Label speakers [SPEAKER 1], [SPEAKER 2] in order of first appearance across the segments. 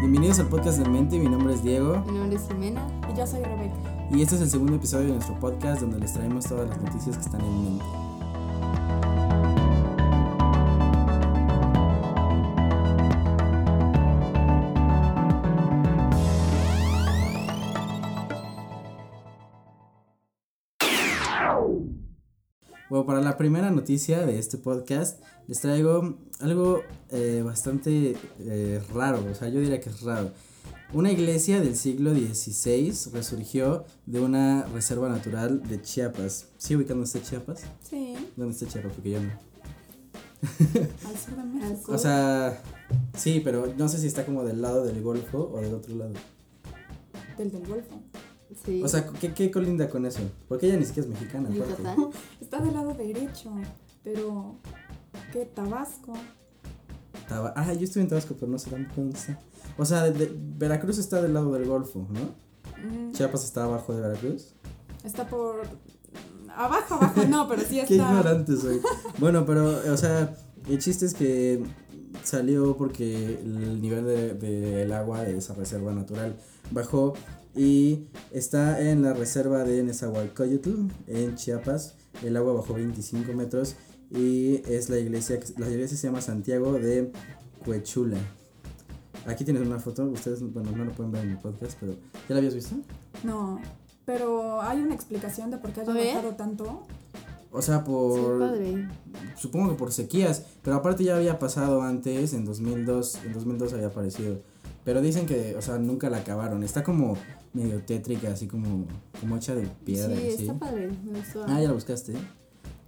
[SPEAKER 1] Bienvenidos al podcast de Mente, mi nombre es Diego
[SPEAKER 2] Mi nombre es Jimena.
[SPEAKER 3] Y yo soy Rebeca.
[SPEAKER 1] y este es el segundo episodio de nuestro podcast donde les traemos todas las noticias que están en mente. Bueno, para la primera noticia de este podcast les traigo algo eh, bastante eh, raro, o sea, yo diría que es raro. Una iglesia del siglo XVI resurgió de una reserva natural de Chiapas. ¿Sí ubicándose Chiapas?
[SPEAKER 2] Sí.
[SPEAKER 1] ¿Dónde está Chiapas? Porque yo no.
[SPEAKER 3] Al sur de México.
[SPEAKER 1] O sea, sí, pero no sé si está como del lado del Golfo o del otro lado.
[SPEAKER 3] Del del Golfo.
[SPEAKER 2] Sí.
[SPEAKER 1] O sea, ¿qué, qué colinda con eso? Porque ella ni siquiera es mexicana. aparte.
[SPEAKER 2] Yucatán.
[SPEAKER 3] Está del lado derecho. Pero. ¿Qué? Tabasco.
[SPEAKER 1] Taba- ah, yo estuve en Tabasco, pero no sé dónde consta. O sea, de- de- Veracruz está del lado del Golfo, ¿no?
[SPEAKER 3] Mm,
[SPEAKER 1] Chiapas está abajo de Veracruz.
[SPEAKER 3] Está por. mm, Abajo, abajo. No, pero sí
[SPEAKER 1] Qué
[SPEAKER 3] está.
[SPEAKER 1] ignorante soy. Bueno, pero, o sea, el chiste es que salió porque el nivel de- del agua de esa reserva natural bajó y está en la reserva de Nezahualcóyotl, en Chiapas. El agua bajó 25 metros y es la iglesia, que- la iglesia se llama Santiago de Cuechula. Aquí tienes una foto, ustedes, bueno, no lo pueden ver en el podcast, pero ¿ya la habías visto?
[SPEAKER 3] No. Pero hay una explicación de por qué haya
[SPEAKER 2] A ver.
[SPEAKER 3] bajado tanto.
[SPEAKER 1] O sea, por...
[SPEAKER 2] padre.
[SPEAKER 1] supongo que por sequías, pero aparte ya había pasado antes, en 2002, en 2002 había aparecido. Pero dicen que, o sea, nunca la acabaron. Está como medio tétrica, así como, como hecha de piedra.
[SPEAKER 2] sí,
[SPEAKER 1] así.
[SPEAKER 2] está padre. Me gustó.
[SPEAKER 1] Ah, ya la buscaste.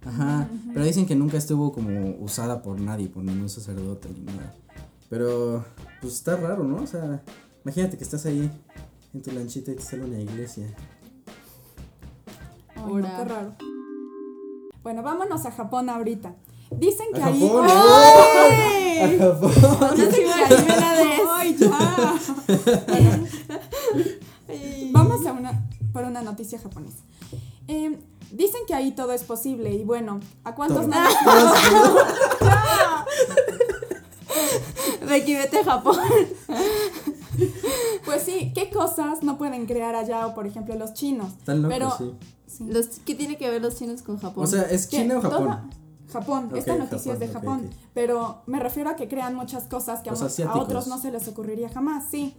[SPEAKER 1] Ajá. Pero dicen que nunca estuvo como usada por nadie, por ningún sacerdote ni nada. Pero, pues está raro, ¿no? O sea, imagínate que estás ahí en tu lanchita y te sale una iglesia.
[SPEAKER 3] Ay, no,
[SPEAKER 2] Ahora.
[SPEAKER 3] qué raro. Bueno, vámonos a Japón ahorita. Dicen que
[SPEAKER 1] ¡A
[SPEAKER 3] ahí.
[SPEAKER 1] Japón!
[SPEAKER 3] ¡Ay!
[SPEAKER 1] ¡A Japón!
[SPEAKER 2] No sé qué Jimena de
[SPEAKER 3] ¡Ay, ya!
[SPEAKER 2] Ay.
[SPEAKER 3] Vamos a una, por una noticia japonesa. Eh, dicen que ahí todo es posible y bueno, ¿a cuántos
[SPEAKER 1] Todo.
[SPEAKER 3] no? les-
[SPEAKER 2] Becky, vete a Japón.
[SPEAKER 3] Pues sí, ¿qué cosas no pueden crear allá o por ejemplo los chinos?
[SPEAKER 1] Están locos,
[SPEAKER 3] Pero-
[SPEAKER 1] sí.
[SPEAKER 3] Sí.
[SPEAKER 2] Los, ¿Qué tiene que ver los chinos con Japón?
[SPEAKER 1] O sea, ¿es
[SPEAKER 3] ¿Qué?
[SPEAKER 1] China o Japón?
[SPEAKER 3] Todo- Japón,
[SPEAKER 1] Ok,
[SPEAKER 3] esta noticia es de
[SPEAKER 1] Japón,
[SPEAKER 3] Japón,
[SPEAKER 1] ok, ok.
[SPEAKER 3] pero me refiero a que crean muchas cosas que a,
[SPEAKER 1] Los
[SPEAKER 3] mo- a
[SPEAKER 1] asiáticos.
[SPEAKER 3] otros no se les ocurriría jamás, sí.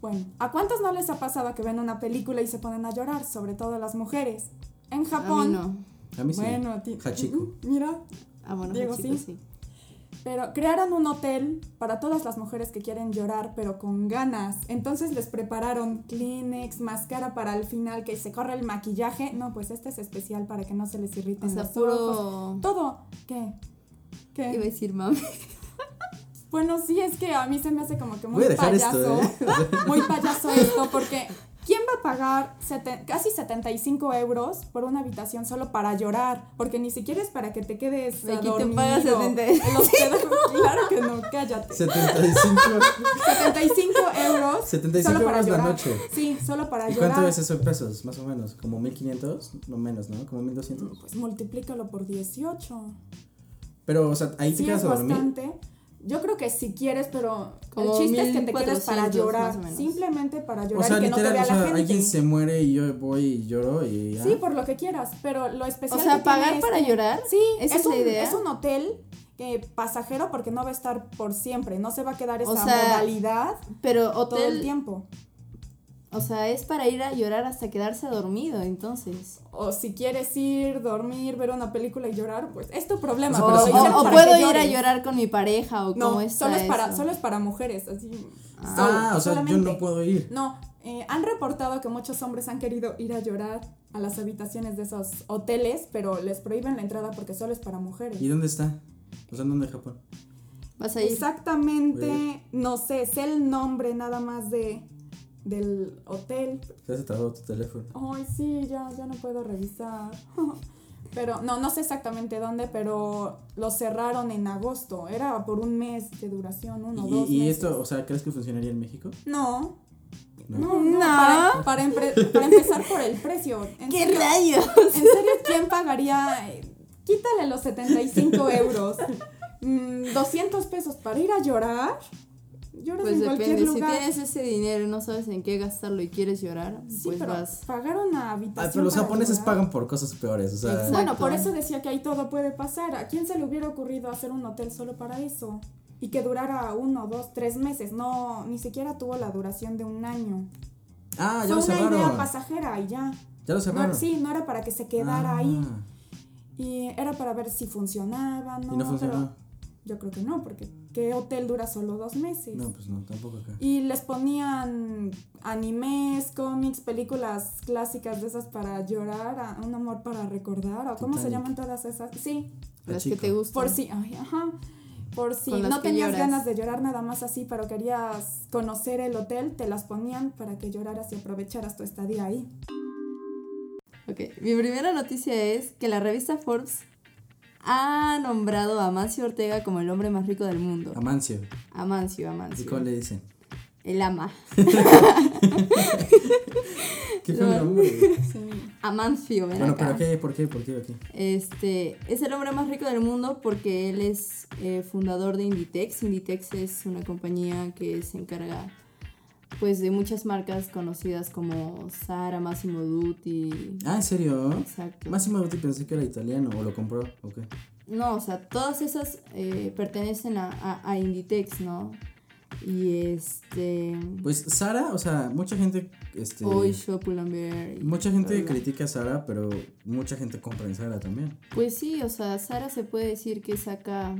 [SPEAKER 3] Bueno, ¿a cuántos no les ha pasado que ven una película y se ponen a llorar, sobre todo las mujeres? En
[SPEAKER 2] A mí
[SPEAKER 3] Japón,
[SPEAKER 2] no.
[SPEAKER 1] A mí sí.
[SPEAKER 3] bueno, a ti-
[SPEAKER 1] Hachiko.
[SPEAKER 3] mira,
[SPEAKER 2] Ah, bueno,
[SPEAKER 3] Diego,
[SPEAKER 2] Hachiko,
[SPEAKER 3] sí.
[SPEAKER 2] sí.
[SPEAKER 3] Pero crearon un hotel para todas las mujeres que quieren llorar, pero con ganas. Entonces les prepararon Kleenex, máscara para el final, que se corre el maquillaje. No, pues este es especial para que no se les irriten
[SPEAKER 2] O sea,
[SPEAKER 3] los ojos.
[SPEAKER 2] puro.
[SPEAKER 3] Todo. ¿Qué?
[SPEAKER 2] Iba a
[SPEAKER 3] ¿Qué?
[SPEAKER 2] decir mami.
[SPEAKER 3] Bueno, sí, es que a mí se me hace como que muy
[SPEAKER 1] Voy a dejar
[SPEAKER 3] payaso.
[SPEAKER 1] esto, ¿eh?
[SPEAKER 3] Muy payaso esto, porque ¿quién va a pagar sete- casi 75 euros por una habitación solo para llorar? Porque ni siquiera es para que te quedes
[SPEAKER 2] Becky,
[SPEAKER 3] adormido.
[SPEAKER 2] tú pagas 70.
[SPEAKER 3] El hospedaje, claro que no, cállate.
[SPEAKER 1] 75,
[SPEAKER 3] 75 euros.
[SPEAKER 1] 75
[SPEAKER 3] solo para
[SPEAKER 1] euros la
[SPEAKER 3] llorar.
[SPEAKER 1] noche.
[SPEAKER 3] Sí, solo para
[SPEAKER 1] ¿Y
[SPEAKER 3] llorar.
[SPEAKER 1] cuánto es eso en pesos? Más o menos, como 1500, no menos, ¿no? Como 1200.
[SPEAKER 3] Pues multiplícalo por 18.
[SPEAKER 1] Pero, o sea, ahí te
[SPEAKER 3] Sí,
[SPEAKER 1] quedas a
[SPEAKER 3] es
[SPEAKER 1] dormir.
[SPEAKER 3] bastante. Yo creo que si quieres, pero
[SPEAKER 2] Como
[SPEAKER 3] el chiste es que te
[SPEAKER 2] 1400
[SPEAKER 3] quedes para
[SPEAKER 2] más o
[SPEAKER 3] llorar.
[SPEAKER 2] menos.
[SPEAKER 3] Simplemente para
[SPEAKER 1] O
[SPEAKER 3] llorar
[SPEAKER 1] sea,
[SPEAKER 3] y que
[SPEAKER 1] literal,
[SPEAKER 3] no
[SPEAKER 1] o
[SPEAKER 3] te vea
[SPEAKER 1] sea,
[SPEAKER 3] la gente.
[SPEAKER 1] alguien se muere y yo voy y lloro y ya.
[SPEAKER 3] Sí, por lo que quieras, pero lo especial
[SPEAKER 2] O
[SPEAKER 3] que
[SPEAKER 2] sea, pagar
[SPEAKER 3] tiene
[SPEAKER 2] para
[SPEAKER 3] este-
[SPEAKER 2] llorar.
[SPEAKER 3] Sí,
[SPEAKER 2] ¿Esa
[SPEAKER 3] es,
[SPEAKER 2] es la
[SPEAKER 3] un,
[SPEAKER 2] idea?
[SPEAKER 3] es un hotel eh, pasajero porque no va a estar por siempre, no se va a quedar esa
[SPEAKER 2] O sea,
[SPEAKER 3] modalidad
[SPEAKER 2] Pero
[SPEAKER 3] todo el
[SPEAKER 2] hotel.
[SPEAKER 3] tiempo.
[SPEAKER 2] O sea, es para ir a llorar hasta quedarse dormido, entonces.
[SPEAKER 3] O si quieres ir, dormir, ver una película y llorar, pues es tu
[SPEAKER 1] O
[SPEAKER 3] problema.
[SPEAKER 1] sea,
[SPEAKER 2] O,
[SPEAKER 1] pero
[SPEAKER 3] pero lo
[SPEAKER 1] sí-
[SPEAKER 2] o-
[SPEAKER 3] hicieron
[SPEAKER 2] o
[SPEAKER 3] para que
[SPEAKER 2] puedo ir a
[SPEAKER 3] llores.
[SPEAKER 2] llorar con mi pareja o cómo
[SPEAKER 3] No,
[SPEAKER 2] está
[SPEAKER 3] solo es, para,
[SPEAKER 2] eso?
[SPEAKER 3] solo es para mujeres, así.
[SPEAKER 2] Ah.
[SPEAKER 3] solo,
[SPEAKER 1] ah, o sea, yo
[SPEAKER 3] solamente.
[SPEAKER 1] no puedo ir.
[SPEAKER 3] No, eh, han reportado que muchos hombres han querido ir a llorar a las habitaciones de esos hoteles, pero les prohíben la entrada porque solo es para mujeres.
[SPEAKER 1] ¿Y dónde está? O sea, ¿dónde es Japón?
[SPEAKER 2] Vas a ir.
[SPEAKER 3] Exactamente, no sé, es el nombre nada más de del hotel.
[SPEAKER 1] Ya se trabó tu teléfono.
[SPEAKER 3] Ay, sí, ya, ya no puedo revisar. Pero no, no sé exactamente dónde, pero lo cerraron en agosto. Era por un mes de duración, uno o
[SPEAKER 1] ¿Y,
[SPEAKER 3] dos.
[SPEAKER 1] y
[SPEAKER 3] meses.
[SPEAKER 1] esto, o sea, crees que funcionaría en México?
[SPEAKER 3] No.
[SPEAKER 1] No. Ah,
[SPEAKER 3] No, no,
[SPEAKER 2] No.
[SPEAKER 3] Para, para empre- para empezar por el precio. ¿En
[SPEAKER 2] ¡Qué
[SPEAKER 3] serio?
[SPEAKER 2] rayo!
[SPEAKER 3] ¿En serio quién pagaría? eh, Quítale los 75 euros. Mm, 200 pesos para ir a llorar. lloras
[SPEAKER 2] Pues
[SPEAKER 3] en cualquier
[SPEAKER 2] depende, si
[SPEAKER 3] lugar.
[SPEAKER 2] tienes ese dinero y no sabes en qué gastarlo y quieres llorar,
[SPEAKER 3] Sí,
[SPEAKER 2] pues
[SPEAKER 3] pero
[SPEAKER 2] vas.
[SPEAKER 3] pagar una habitación.
[SPEAKER 1] Ah, pero los
[SPEAKER 3] para
[SPEAKER 1] japoneses
[SPEAKER 3] llorar.
[SPEAKER 1] pagan por cosas peores, o sea.
[SPEAKER 2] Exacto.
[SPEAKER 3] Bueno, por eso decía que ahí todo puede pasar. ¿A quién se le hubiera ocurrido hacer un hotel solo para eso? Y que durara uno, dos, tres meses. No, ni siquiera tuvo la duración de un año.
[SPEAKER 1] Ah, ya
[SPEAKER 3] Fue
[SPEAKER 1] lo
[SPEAKER 3] una idea
[SPEAKER 1] cerraron.
[SPEAKER 3] pasajera y ya.
[SPEAKER 1] Ya lo
[SPEAKER 3] No,
[SPEAKER 1] cerraron.
[SPEAKER 3] sí, no era para que se quedara
[SPEAKER 1] Ah,
[SPEAKER 3] ahí. Y era para ver si funcionaba, ¿no?
[SPEAKER 1] y no
[SPEAKER 3] pero
[SPEAKER 1] funcionó.
[SPEAKER 3] yo creo que no, porque ¿qué hotel dura solo dos meses?
[SPEAKER 1] No, pues no, tampoco acá.
[SPEAKER 3] Y les ponían animes, cómics, películas clásicas de esas para llorar, a- un amor para recordar, o cómo se
[SPEAKER 1] Titanic.
[SPEAKER 3] llaman todas esas. Sí,
[SPEAKER 1] La
[SPEAKER 2] Las
[SPEAKER 1] chica.
[SPEAKER 2] que te gustan.
[SPEAKER 3] por si, ay, ajá, por si
[SPEAKER 2] Con las
[SPEAKER 3] no
[SPEAKER 2] que
[SPEAKER 3] tenías
[SPEAKER 2] lloras.
[SPEAKER 3] ganas de llorar nada más así, pero querías conocer el hotel, te las ponían para que lloraras y aprovecharas tu estadía ahí.
[SPEAKER 2] Ok, mi primera noticia es que la revista Forbes ha nombrado a Amancio Ortega como el hombre más rico del mundo.
[SPEAKER 1] Amancio.
[SPEAKER 2] Amancio,
[SPEAKER 1] ¿Y cómo
[SPEAKER 2] Amancio.
[SPEAKER 1] le dicen?
[SPEAKER 2] El ama.
[SPEAKER 1] ¿Qué
[SPEAKER 2] Lo-
[SPEAKER 1] fue el nombre? güey?
[SPEAKER 2] Amancio, ven
[SPEAKER 1] Bueno,
[SPEAKER 2] acá.
[SPEAKER 1] pero ¿qué? ¿Por qué? ¿Por qué? ¿Por qué?
[SPEAKER 2] Este, es el hombre más rico del mundo porque él es eh, fundador de Inditex. Inditex es una compañía que se encarga pues de muchas marcas conocidas como Zara, Massimo Dutti.
[SPEAKER 1] Ah, ¿en serio?
[SPEAKER 2] Exacto.
[SPEAKER 1] Máximo Dutti pensé que era italiano o lo compró, ok.
[SPEAKER 2] No, o sea, todas esas eh, pertenecen a, a- a Inditex, ¿no? Y este...
[SPEAKER 1] Pues Sara, o sea, mucha gente este
[SPEAKER 2] Hoy Shop Pull&Bear y-
[SPEAKER 1] mucha gente
[SPEAKER 2] bla, bla.
[SPEAKER 1] critica a Sara, pero mucha gente compra en Sara también.
[SPEAKER 2] Pues sí, o sea, Sara se puede decir que saca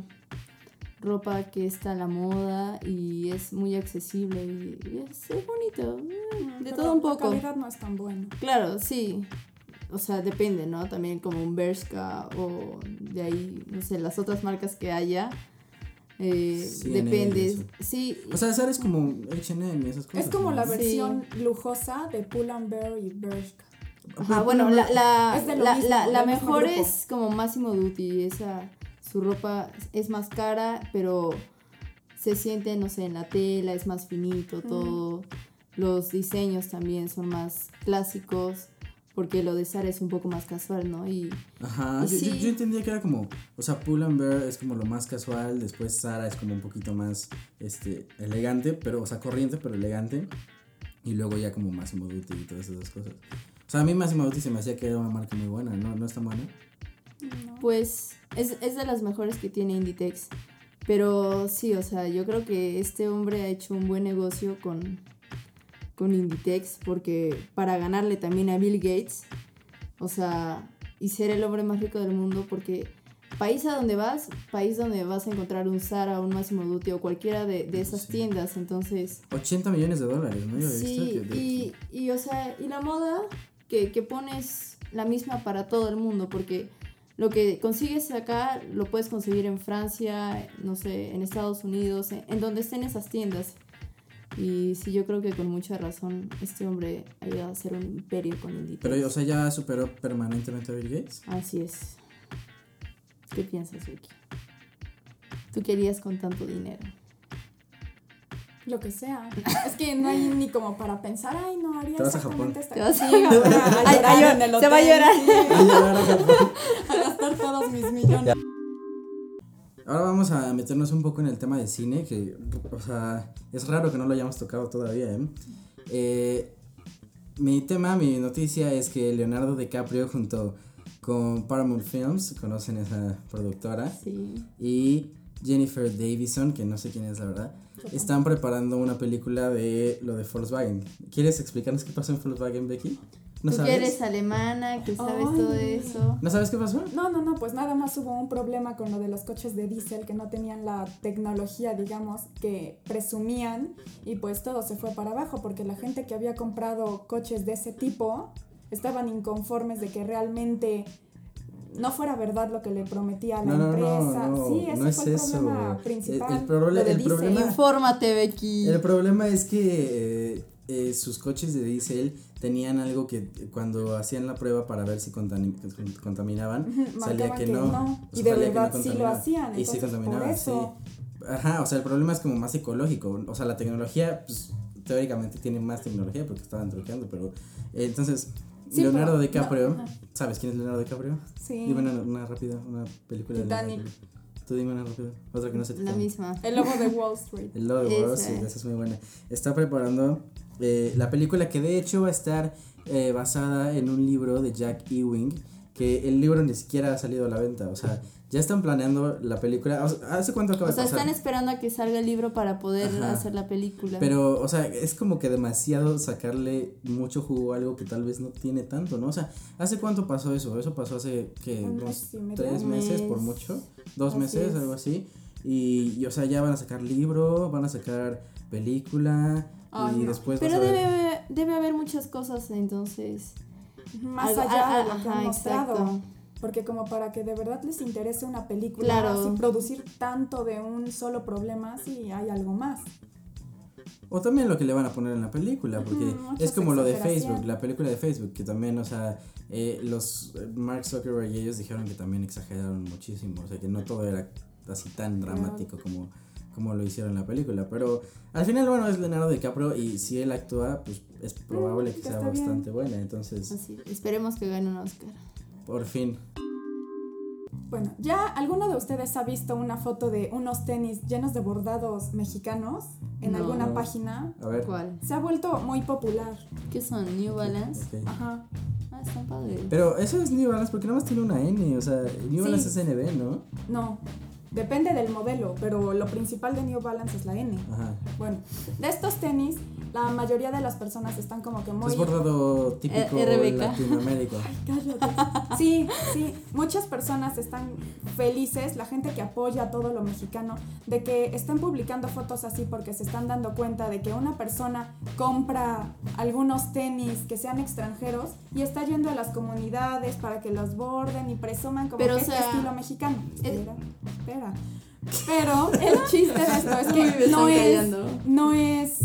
[SPEAKER 2] ropa que está a la moda y es muy accesible y, y es, es bonito, mm, de
[SPEAKER 3] Pero
[SPEAKER 2] todo un
[SPEAKER 3] La
[SPEAKER 2] poco.
[SPEAKER 3] calidad no es tan buena.
[SPEAKER 2] Claro, sí. O sea, depende, ¿no? También como un Bershka o de ahí, no sé, las otras marcas que haya. eh,
[SPEAKER 1] Sí, en ellos,
[SPEAKER 2] depende. Sí,
[SPEAKER 1] O sea, Sara es como H&M y esas cosas.
[SPEAKER 3] Es como
[SPEAKER 1] ¿no?
[SPEAKER 3] la
[SPEAKER 2] Sí.
[SPEAKER 3] versión lujosa de Pull and Bear y Bershka. Ah,
[SPEAKER 2] ajá, bueno, la, la,
[SPEAKER 3] Es de lo
[SPEAKER 2] la-
[SPEAKER 3] mismo,
[SPEAKER 2] la- la
[SPEAKER 3] del mismo
[SPEAKER 2] mejor
[SPEAKER 3] grupo.
[SPEAKER 2] es como Máximo Duty, esa, su ropa es más cara, pero se siente, no sé, en la tela, es más finito, todo. Los diseños también son más clásicos, porque lo de Sara es un poco más casual, ¿no? Y
[SPEAKER 1] Ajá,
[SPEAKER 2] Y
[SPEAKER 1] yo, yo-
[SPEAKER 2] sí.
[SPEAKER 1] yo entendía que era como, o sea, Pull and Bear es como lo más casual, después Sara es como un poquito más, este, elegante, pero, o sea, corriente, pero elegante, y luego ya como Massimo Dutti y todas esas cosas. O sea, a mí Massimo Dutti se me hacía que era una marca muy buena, ¿no? ¿No es tan buena?
[SPEAKER 2] Pues es, es de las mejores que tiene Inditex. Pero sí, o sea, yo creo que este hombre ha hecho un buen negocio con, con Inditex porque para ganarle también a Bill Gates, o sea, y ser el hombre más rico del mundo porque país a donde vas, país donde vas a encontrar un Zara, un Massimo Dutti o cualquiera de, de esas
[SPEAKER 1] Sí.
[SPEAKER 2] tiendas, entonces...
[SPEAKER 1] 80 millones de dólares, ¿no? Yo había visto
[SPEAKER 2] Sí,
[SPEAKER 1] que de-
[SPEAKER 2] y, y, o sea, y la moda que, que pones la misma para todo el mundo, porque lo que consigues acá lo puedes conseguir en Francia, no sé, en Estados Unidos, en, en donde estén esas tiendas. Y sí, yo creo que con mucha razón este hombre ha llegado a ser un imperio con Inditex.
[SPEAKER 1] Pero, o sea, ya superó permanentemente a Bill Gates.
[SPEAKER 2] Así es. ¿Qué piensas, Vicky? Tú querías con tanto dinero.
[SPEAKER 3] Lo que sea. Es que no hay ni como para pensar, ay, no haría
[SPEAKER 1] Te vas a
[SPEAKER 3] exactamente
[SPEAKER 1] Japón.
[SPEAKER 3] esta-
[SPEAKER 2] Te vas a-
[SPEAKER 3] Sí, ahora a
[SPEAKER 2] Ay,
[SPEAKER 3] llorar
[SPEAKER 2] ay,
[SPEAKER 3] en el
[SPEAKER 2] se va a
[SPEAKER 3] hotel,
[SPEAKER 2] llorar.
[SPEAKER 3] sí,
[SPEAKER 1] Ah, ya, ahora, Japón.
[SPEAKER 3] a gastar todos mis millones.
[SPEAKER 1] Ahora vamos a meternos un poco en el tema de cine, que, o sea, es raro que no lo hayamos tocado todavía, ¿eh? Eh, mi tema, mi noticia es que Leonardo DiCaprio junto con Paramount Films, conocen esa productora,
[SPEAKER 2] Sí.
[SPEAKER 1] y Jennifer Davison, que no sé quién es la verdad, están preparando una película de lo de Volkswagen. ¿Quieres explicarnos qué pasó en Volkswagen, Becky? ¿No
[SPEAKER 2] Tú que
[SPEAKER 1] sabes?
[SPEAKER 2] eres alemana, que sabes
[SPEAKER 3] Ay.
[SPEAKER 2] todo eso.
[SPEAKER 1] ¿No sabes qué pasó?
[SPEAKER 3] No, no, no, pues nada más hubo un problema con lo de los coches de diésel que no tenían la tecnología, digamos, que presumían y pues todo se fue para abajo porque la gente que había comprado coches de ese tipo estaban inconformes de que realmente no fuera verdad lo que le prometía a la
[SPEAKER 1] No, no, no,
[SPEAKER 3] empresa.
[SPEAKER 1] no,
[SPEAKER 3] sí, ese
[SPEAKER 1] no es
[SPEAKER 3] fue el problema
[SPEAKER 1] eso.
[SPEAKER 3] principal.
[SPEAKER 1] El- el proble-
[SPEAKER 3] lo de
[SPEAKER 1] el
[SPEAKER 3] diésel.
[SPEAKER 1] problema-
[SPEAKER 2] Infórmate, Becky.
[SPEAKER 1] El problema es que eh, eh, sus coches de diésel tenían algo que eh, cuando hacían la prueba para ver si contami- con- contaminaban,
[SPEAKER 3] Ujú,
[SPEAKER 1] salía
[SPEAKER 3] marcaban
[SPEAKER 1] que,
[SPEAKER 3] que
[SPEAKER 1] no.
[SPEAKER 3] no,
[SPEAKER 1] o sea,
[SPEAKER 3] y de
[SPEAKER 1] salía que
[SPEAKER 3] verdad sí lo
[SPEAKER 1] contaminaba,
[SPEAKER 3] hacían,
[SPEAKER 1] Y sí
[SPEAKER 3] entonces, por
[SPEAKER 1] contaminaban, sí.
[SPEAKER 3] eso.
[SPEAKER 1] Ajá, o sea, el problema es como más ecológico. O sea, la tecnología, pues, teóricamente tiene más tecnología porque estaban truqueando, pero. eh, entonces,
[SPEAKER 3] Sí,
[SPEAKER 1] Leonardo
[SPEAKER 3] pero-
[SPEAKER 1] DiCaprio.
[SPEAKER 3] no, ajá.
[SPEAKER 1] ¿Sabes quién es Leonardo DiCaprio?
[SPEAKER 3] Sí.
[SPEAKER 1] Dime una, una rápida, una película
[SPEAKER 3] Titanic.
[SPEAKER 1] de Leonardo Tú dime una rápido. Otra que no se te
[SPEAKER 2] La
[SPEAKER 1] queme.
[SPEAKER 2] misma.
[SPEAKER 3] El lobo de Wall Street.
[SPEAKER 1] El lobo de Wall
[SPEAKER 2] Esa.
[SPEAKER 1] Street, esa es muy buena. Está preparando eh, la película que de hecho va a estar eh, basada en un libro de Jack Ewing, que el libro ni siquiera ha salido a la venta. O sea, ya están planeando la película. O sea, ¿Hace cuánto acaba
[SPEAKER 2] O sea,
[SPEAKER 1] de pasar?
[SPEAKER 2] están esperando a que salga el libro para poder
[SPEAKER 1] Ajá.
[SPEAKER 2] hacer la película.
[SPEAKER 1] Pero, o sea, es como que demasiado sacarle mucho jugo a algo que tal vez no tiene tanto, ¿no? O sea, ¿hace cuánto pasó eso? Eso pasó hace, que
[SPEAKER 3] Un
[SPEAKER 1] unos
[SPEAKER 3] mes y medio.
[SPEAKER 1] tres
[SPEAKER 2] Un
[SPEAKER 1] meses por
[SPEAKER 2] mes.
[SPEAKER 1] mucho, dos
[SPEAKER 2] Así
[SPEAKER 1] meses,
[SPEAKER 2] es.
[SPEAKER 1] algo así. Y, y, o sea, ya van a sacar libro, van a sacar película
[SPEAKER 3] Ay,
[SPEAKER 1] y
[SPEAKER 3] no.
[SPEAKER 1] después...
[SPEAKER 2] Pero
[SPEAKER 1] vas a ver-
[SPEAKER 2] debe, debe haber muchas cosas entonces.
[SPEAKER 3] Más
[SPEAKER 2] Algo-
[SPEAKER 3] allá
[SPEAKER 2] ah,
[SPEAKER 3] de lo que
[SPEAKER 2] ajá,
[SPEAKER 3] han mostrado.
[SPEAKER 2] exacto.
[SPEAKER 3] Porque como para que de verdad les interese una película,
[SPEAKER 2] Claro.
[SPEAKER 3] sin producir tanto de un solo problema, sí hay algo más.
[SPEAKER 1] O también lo que le van a poner en la película, porque
[SPEAKER 3] Ujú, mucha
[SPEAKER 1] es como lo de
[SPEAKER 3] exageración.
[SPEAKER 1] Facebook, la película de Facebook, que también, o sea, eh, los eh, Mark Zuckerberg y ellos dijeron que también exageraron muchísimo, o sea, que no todo era así tan dramático como, como lo hicieron en la película, pero al final, bueno, es Leonardo DiCaprio y si él actúa, pues es probable
[SPEAKER 3] Mm,
[SPEAKER 1] que
[SPEAKER 3] que
[SPEAKER 1] sea
[SPEAKER 3] está bien. Pues,
[SPEAKER 1] bastante buena, entonces,
[SPEAKER 2] Así. Esperemos que gane un Oscar.
[SPEAKER 1] por fin.
[SPEAKER 3] Bueno, ¿ya alguno de ustedes ha visto una foto de unos tenis llenos de bordados mexicanos en
[SPEAKER 2] No.
[SPEAKER 3] alguna página?
[SPEAKER 1] A ver.
[SPEAKER 2] ¿Cuál?
[SPEAKER 3] Se ha vuelto muy popular.
[SPEAKER 2] ¿Qué son? ¿New Balance?
[SPEAKER 1] Ok.
[SPEAKER 3] Ajá.
[SPEAKER 2] Ah, están padres.
[SPEAKER 1] Pero eso es New Balance, porque nada más tiene una N, o sea, New
[SPEAKER 3] Sí.
[SPEAKER 1] Balance es NB, ¿no?
[SPEAKER 3] No, depende del modelo, pero lo principal de New Balance es la N.
[SPEAKER 1] Ajá.
[SPEAKER 3] Bueno, de estos tenis, la mayoría de las personas están como que muy...
[SPEAKER 1] Es bordado
[SPEAKER 3] Eh,
[SPEAKER 1] típico
[SPEAKER 2] RBK.
[SPEAKER 1] latinoamérica.
[SPEAKER 3] Cállate. Sí, sí, muchas personas están felices, la gente que apoya a todo lo mexicano, de que estén publicando fotos así porque se están dando cuenta de que una persona compra algunos tenis que sean extranjeros y está yendo a las comunidades para que los borden y presuman como
[SPEAKER 2] Pero,
[SPEAKER 3] que
[SPEAKER 2] o
[SPEAKER 3] es
[SPEAKER 2] sea,
[SPEAKER 3] estilo mexicano.
[SPEAKER 2] es-
[SPEAKER 3] Espera, espera. Pero el chiste de esto es
[SPEAKER 2] Uy, me
[SPEAKER 3] que
[SPEAKER 2] están
[SPEAKER 3] no es
[SPEAKER 2] callando.
[SPEAKER 3] no es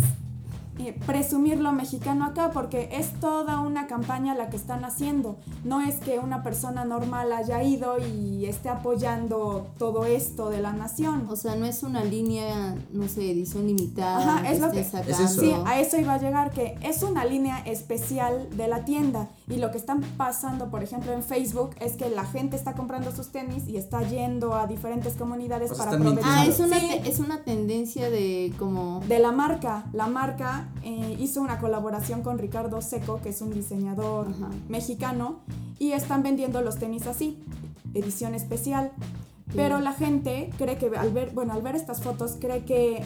[SPEAKER 3] eh, presumir lo mexicano acá porque es toda una campaña la que están haciendo. No es que una persona normal haya ido y esté apoyando todo esto de la nación.
[SPEAKER 2] O sea, no es una línea, no sé, edición limitada.
[SPEAKER 3] Ajá, es lo
[SPEAKER 2] estén
[SPEAKER 3] que-
[SPEAKER 2] sacando.
[SPEAKER 1] Es eso.
[SPEAKER 3] Sí, a eso iba a llegar, que es una línea especial de la tienda. Y lo que están pasando, por ejemplo, en Facebook, es que la gente está comprando sus tenis y está yendo a diferentes comunidades
[SPEAKER 1] O sea,
[SPEAKER 3] para
[SPEAKER 1] están
[SPEAKER 3] aprovechar.
[SPEAKER 2] Ah, es una,
[SPEAKER 3] Sí.
[SPEAKER 2] te- es una tendencia de como...
[SPEAKER 3] de la marca. La marca eh, hizo una colaboración con Ricardo Seco, que es un diseñador
[SPEAKER 2] Ajá.
[SPEAKER 3] mexicano, y están vendiendo los tenis así, edición especial. Pero la gente cree que al ver, bueno, al ver estas fotos cree que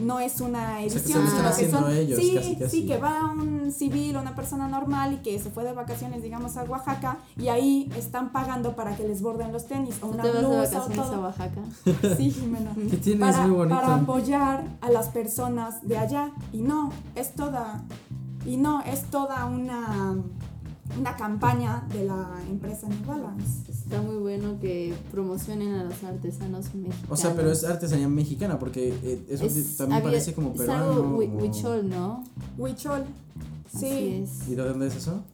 [SPEAKER 3] no es una
[SPEAKER 1] sea, que se
[SPEAKER 3] edición,
[SPEAKER 2] lo
[SPEAKER 3] sino
[SPEAKER 2] están
[SPEAKER 1] haciendo
[SPEAKER 3] son-
[SPEAKER 1] ellos,
[SPEAKER 3] sí,
[SPEAKER 1] casi, casi.
[SPEAKER 3] sí, que va un civil, una persona normal y que se fue de vacaciones, digamos, a Oaxaca y ahí están pagando para que les borden los tenis o
[SPEAKER 2] ¿Tú
[SPEAKER 3] una
[SPEAKER 2] te vas de
[SPEAKER 3] blusa o
[SPEAKER 2] vacaciones a
[SPEAKER 3] todo.
[SPEAKER 2] Oaxaca?
[SPEAKER 3] Sí, Jimena
[SPEAKER 1] ¿Qué tienes?
[SPEAKER 3] para,
[SPEAKER 1] muy bonito.
[SPEAKER 3] para apoyar a las personas de allá. Y no, es toda, y no, es toda una, una campaña de la empresa New Balance.
[SPEAKER 2] Está muy bueno que promocionen a los artesanos mexicanos.
[SPEAKER 1] O sea, pero es artesanía mexicana, porque eh, eso
[SPEAKER 2] Es-
[SPEAKER 1] también
[SPEAKER 2] había-
[SPEAKER 1] parece como
[SPEAKER 2] es
[SPEAKER 1] peruano.
[SPEAKER 2] algo hui-
[SPEAKER 1] como-
[SPEAKER 2] huichol, ¿no?
[SPEAKER 3] Huichol, sí,
[SPEAKER 1] ¿Y
[SPEAKER 2] Así
[SPEAKER 1] de dónde es eso?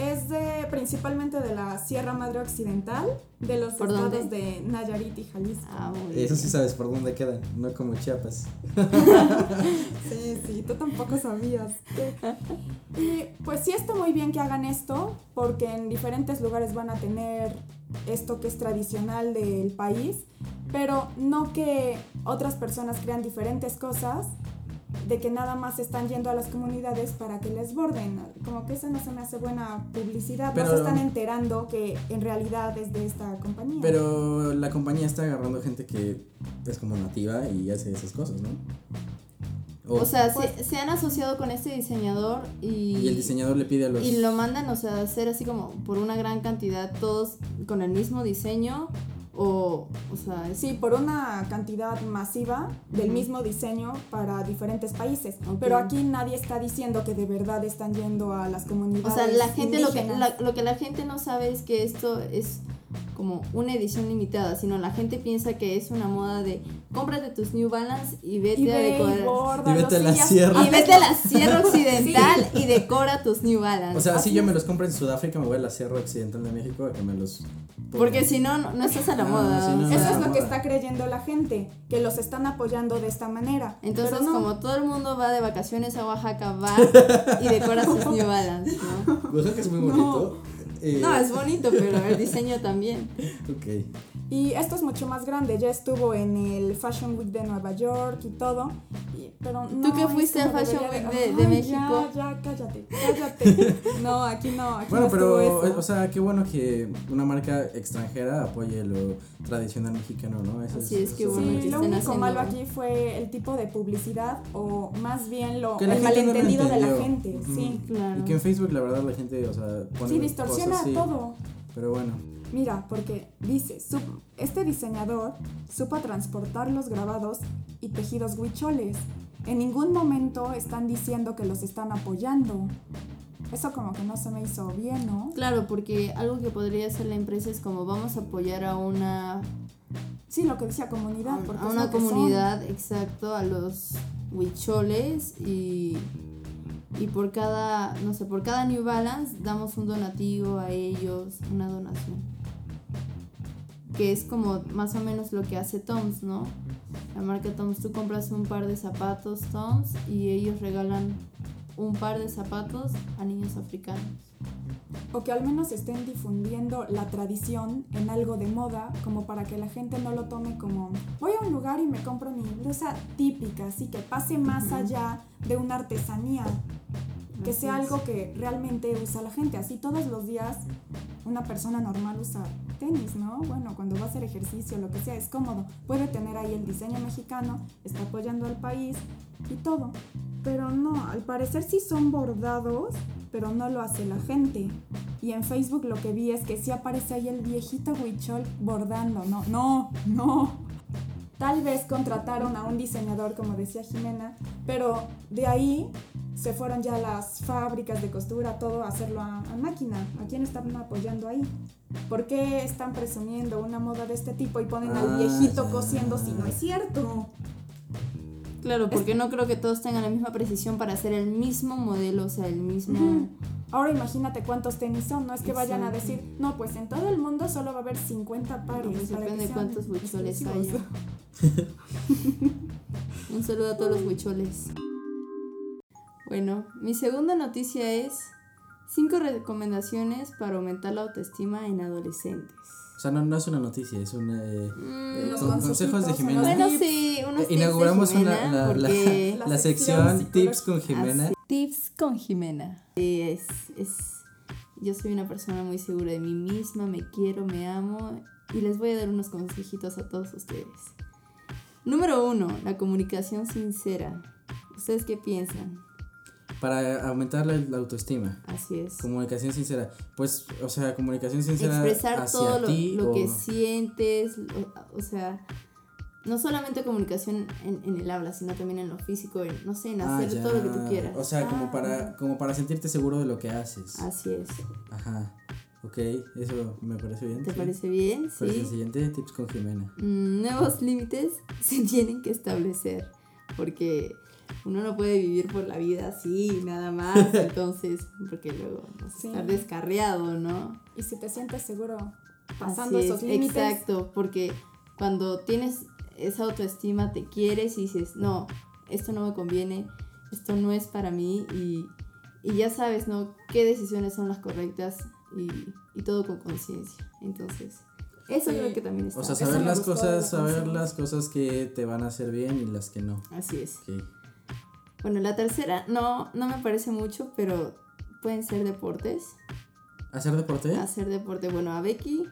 [SPEAKER 3] es. de, principalmente de la Sierra Madre Occidental, de los
[SPEAKER 2] ¿Por
[SPEAKER 3] estados
[SPEAKER 2] dónde?
[SPEAKER 3] de Nayarit y Jalisco.
[SPEAKER 2] Ah, muy
[SPEAKER 1] Eso
[SPEAKER 2] bien.
[SPEAKER 1] sí sabes por dónde queda, no como Chiapas.
[SPEAKER 3] Sí, sí, tú tampoco sabías. Y pues sí está muy bien que hagan esto, porque en diferentes lugares van a tener esto que es tradicional del país, pero no que otras personas crean diferentes cosas, de que nada más están yendo a las comunidades para que les borden. Como que eso no se me hace buena publicidad, no
[SPEAKER 1] Pero-
[SPEAKER 3] se están enterando que en realidad es de esta compañía.
[SPEAKER 1] Pero la compañía está agarrando gente que es como nativa y hace esas cosas, ¿no? O-
[SPEAKER 2] O sea,
[SPEAKER 3] Pues
[SPEAKER 2] se, se han asociado con este diseñador y...
[SPEAKER 1] y el diseñador le pide a los.
[SPEAKER 2] Y lo mandan, o sea, a hacer así como por una gran cantidad, todos con el mismo diseño. O, o sea, es-
[SPEAKER 3] Sí, por una cantidad masiva del
[SPEAKER 2] Ujú.
[SPEAKER 3] mismo diseño para diferentes países.
[SPEAKER 2] Ok.
[SPEAKER 3] Pero aquí nadie está diciendo que de verdad están yendo a las
[SPEAKER 2] o
[SPEAKER 3] comunidades.
[SPEAKER 2] sea, la gente, lo que,
[SPEAKER 3] indígenas.
[SPEAKER 2] la, lo que la gente no sabe es que esto es como una edición limitada, sino la gente piensa que es una moda de cómprate tus New Balance y vete
[SPEAKER 3] y
[SPEAKER 2] a
[SPEAKER 3] ve y
[SPEAKER 2] decorar.
[SPEAKER 3] borda
[SPEAKER 1] Y vete a la
[SPEAKER 3] los sillas.
[SPEAKER 1] sierra.
[SPEAKER 2] Y vete a la Sierra Occidental y decora tus New Balance.
[SPEAKER 1] o sea, si
[SPEAKER 3] así
[SPEAKER 1] yo me
[SPEAKER 3] es.
[SPEAKER 1] los compro en Sudáfrica, me voy a la Sierra Occidental de México a que me los.
[SPEAKER 2] porque si no, no, no estás a la
[SPEAKER 1] No,
[SPEAKER 2] moda.
[SPEAKER 1] si no,
[SPEAKER 2] o
[SPEAKER 1] no.
[SPEAKER 3] Eso
[SPEAKER 2] sea,
[SPEAKER 3] es lo
[SPEAKER 1] moda.
[SPEAKER 3] que está creyendo la gente, que los están apoyando de esta manera.
[SPEAKER 2] Entonces,
[SPEAKER 3] Pero no.
[SPEAKER 2] como todo el mundo va de vacaciones a Oaxaca, va y decora sus New Balance, ¿no?
[SPEAKER 1] Oaxaca es muy bonito. Eh,
[SPEAKER 2] No, es bonito, pero el diseño también.
[SPEAKER 1] Ok.
[SPEAKER 3] Y esto es mucho más grande, ya estuvo en el Fashion Week de Nueva York y todo. y- pero no,
[SPEAKER 2] que
[SPEAKER 3] es
[SPEAKER 2] fuiste
[SPEAKER 3] como
[SPEAKER 2] al Fashion
[SPEAKER 3] debería
[SPEAKER 2] Week de- de
[SPEAKER 3] Ay, ya,
[SPEAKER 2] México.
[SPEAKER 3] Ya, cállate, cállate. No, aquí no, aquí
[SPEAKER 1] Bueno,
[SPEAKER 3] no estuvo
[SPEAKER 1] pero, eh,
[SPEAKER 3] eso.
[SPEAKER 1] o sea, qué bueno que una marca extranjera apoye lo tradicional mexicano, ¿no? Eso
[SPEAKER 2] Así es,
[SPEAKER 1] eso
[SPEAKER 2] qué bueno
[SPEAKER 1] bueno.
[SPEAKER 2] que
[SPEAKER 3] Sí, lo
[SPEAKER 2] estén
[SPEAKER 3] único
[SPEAKER 2] haciendo,
[SPEAKER 3] malo
[SPEAKER 2] ¿no?
[SPEAKER 3] aquí fue el tipo de publicidad o más bien lo,
[SPEAKER 1] Que la
[SPEAKER 3] el
[SPEAKER 1] gente no lo
[SPEAKER 3] malentendido de la
[SPEAKER 1] entendió.
[SPEAKER 3] gente,
[SPEAKER 1] Ujú.
[SPEAKER 3] sí.
[SPEAKER 2] Claro.
[SPEAKER 1] Y que en Facebook, la verdad, la gente, o sea, pone
[SPEAKER 3] Sí, distorsiona
[SPEAKER 1] cosas, sí.
[SPEAKER 3] todo.
[SPEAKER 1] Pero bueno,
[SPEAKER 3] Mira, porque dice, sup- este diseñador supo transportar los grabados y tejidos huicholes. En ningún momento están diciendo que los están apoyando. Eso como que no se me hizo bien, ¿no?
[SPEAKER 2] Claro, porque algo que podría hacer la empresa es como vamos a apoyar a una,
[SPEAKER 3] Sí, lo que decía comunidad. Porque
[SPEAKER 2] a
[SPEAKER 3] es
[SPEAKER 2] una
[SPEAKER 3] lo que son.
[SPEAKER 2] comunidad, exacto, a los huicholes y, y por cada, no sé, por cada New Balance damos un donativo a ellos, una donación. Que es como más o menos lo que hace Toms, ¿no? La marca Toms, tú compras un par de zapatos Toms y ellos regalan un par de zapatos a niños africanos.
[SPEAKER 3] O que al menos estén difundiendo la tradición en algo de moda, como para que la gente no lo tome como voy a un lugar y me compro mi blusa típica, así que pase más
[SPEAKER 2] Ujú.
[SPEAKER 3] allá de una artesanía, que
[SPEAKER 2] Así
[SPEAKER 3] sea
[SPEAKER 2] es.
[SPEAKER 3] algo que realmente usa la gente. Así todos los días una persona normal usa tenis, ¿no? Bueno, cuando va a hacer ejercicio, lo que sea, es cómodo. Puede tener ahí el diseño mexicano, está apoyando al país y todo. Pero no, al parecer sí son bordados, pero no lo hace la gente. Y en Facebook lo que vi es que sí aparece ahí el viejito huichol bordando. No, no, no. Tal vez contrataron a un diseñador, como decía Jimena, pero de ahí se fueron ya las fábricas de costura, todo a hacerlo a, a máquina. ¿A quién están apoyando ahí? ¿Por qué están presumiendo una moda de este tipo y ponen
[SPEAKER 1] Ah,
[SPEAKER 3] al viejito
[SPEAKER 1] ya.
[SPEAKER 3] cosiendo si no es cierto?
[SPEAKER 2] Claro, porque no creo que todos tengan la misma precisión para hacer el mismo modelo, o sea, el mismo...
[SPEAKER 3] Ujú. Ahora imagínate cuántos tenis son, no es que vayan a
[SPEAKER 2] Exacto.
[SPEAKER 3] decir, no, pues en todo el mundo solo va a haber 50 pares.
[SPEAKER 2] Pues
[SPEAKER 3] para que
[SPEAKER 2] depende de
[SPEAKER 3] sean
[SPEAKER 2] cuántos huicholes
[SPEAKER 3] exclusivos".
[SPEAKER 2] haya. Un saludo a todos los huicholes. Bueno, mi segunda noticia es 5 recomendaciones para aumentar la autoestima en adolescentes.
[SPEAKER 1] o sea, no, no es una noticia, es un... eh,
[SPEAKER 2] Mm,
[SPEAKER 1] Los
[SPEAKER 3] Unos
[SPEAKER 1] con- consejos de
[SPEAKER 3] consejitos,
[SPEAKER 1] Jimena.
[SPEAKER 2] bueno,
[SPEAKER 3] unos tips.
[SPEAKER 2] sí, unos
[SPEAKER 1] Eh, inauguramos
[SPEAKER 2] tips de
[SPEAKER 1] una-
[SPEAKER 2] Jimena,
[SPEAKER 1] la- la-
[SPEAKER 2] porque-
[SPEAKER 3] La
[SPEAKER 1] la
[SPEAKER 3] sección
[SPEAKER 1] sección Tips con Jimena.
[SPEAKER 2] Así, Ah, Tips con Jimena. Es, es, yo soy una persona muy segura de mí misma, me quiero, me amo y les voy a dar unos consejitos a todos ustedes. Número uno, la comunicación sincera. ¿Ustedes qué piensan?
[SPEAKER 1] Para aumentar la, la autoestima.
[SPEAKER 2] Así es.
[SPEAKER 1] Comunicación sincera. Pues, o sea, comunicación sincera
[SPEAKER 2] Expresar
[SPEAKER 1] hacia
[SPEAKER 2] todo lo,
[SPEAKER 1] ti
[SPEAKER 2] lo
[SPEAKER 1] o-
[SPEAKER 2] que sientes, lo- o sea, no solamente comunicación en, en el habla, sino también en lo físico, en, no sé, en
[SPEAKER 1] Ah,
[SPEAKER 2] hacer
[SPEAKER 1] ya.
[SPEAKER 2] todo lo que tú quieras. Ah.
[SPEAKER 1] O sea, como
[SPEAKER 3] Ah.
[SPEAKER 1] para como para sentirte seguro de lo que haces.
[SPEAKER 2] Así es.
[SPEAKER 1] Ajá. Ok, eso me parece bien.
[SPEAKER 2] ¿Te
[SPEAKER 1] sí.
[SPEAKER 2] parece bien?
[SPEAKER 1] ¿Cuál es
[SPEAKER 2] sí.
[SPEAKER 1] el siguiente? Tips con Jimena.
[SPEAKER 2] Mm, nuevos límites se tienen que establecer porque uno no puede vivir por la vida así nada más entonces porque luego vas a
[SPEAKER 3] Sí.
[SPEAKER 2] estar descarriado no
[SPEAKER 3] Y si te sientes seguro pasando
[SPEAKER 2] Así
[SPEAKER 3] esos
[SPEAKER 2] es,
[SPEAKER 3] límites,
[SPEAKER 2] exacto porque cuando tienes esa autoestima te quieres y dices no esto no me conviene esto no es para mí y, y ya sabes no qué decisiones son las correctas y, y todo con conciencia entonces eso
[SPEAKER 3] Sí.
[SPEAKER 2] creo que también está
[SPEAKER 1] O sea,
[SPEAKER 3] Eso
[SPEAKER 1] saber
[SPEAKER 3] me
[SPEAKER 1] las
[SPEAKER 3] gustó de
[SPEAKER 1] cosas,
[SPEAKER 3] la
[SPEAKER 1] saber
[SPEAKER 3] canción.
[SPEAKER 1] las cosas que te van a hacer bien y las que no.
[SPEAKER 2] así es
[SPEAKER 1] Ok.
[SPEAKER 2] Bueno, la tercera no, no me parece mucho, pero pueden ser deportes.
[SPEAKER 1] ¿Hacer deporte?
[SPEAKER 2] Hacer deporte, bueno, a Becky.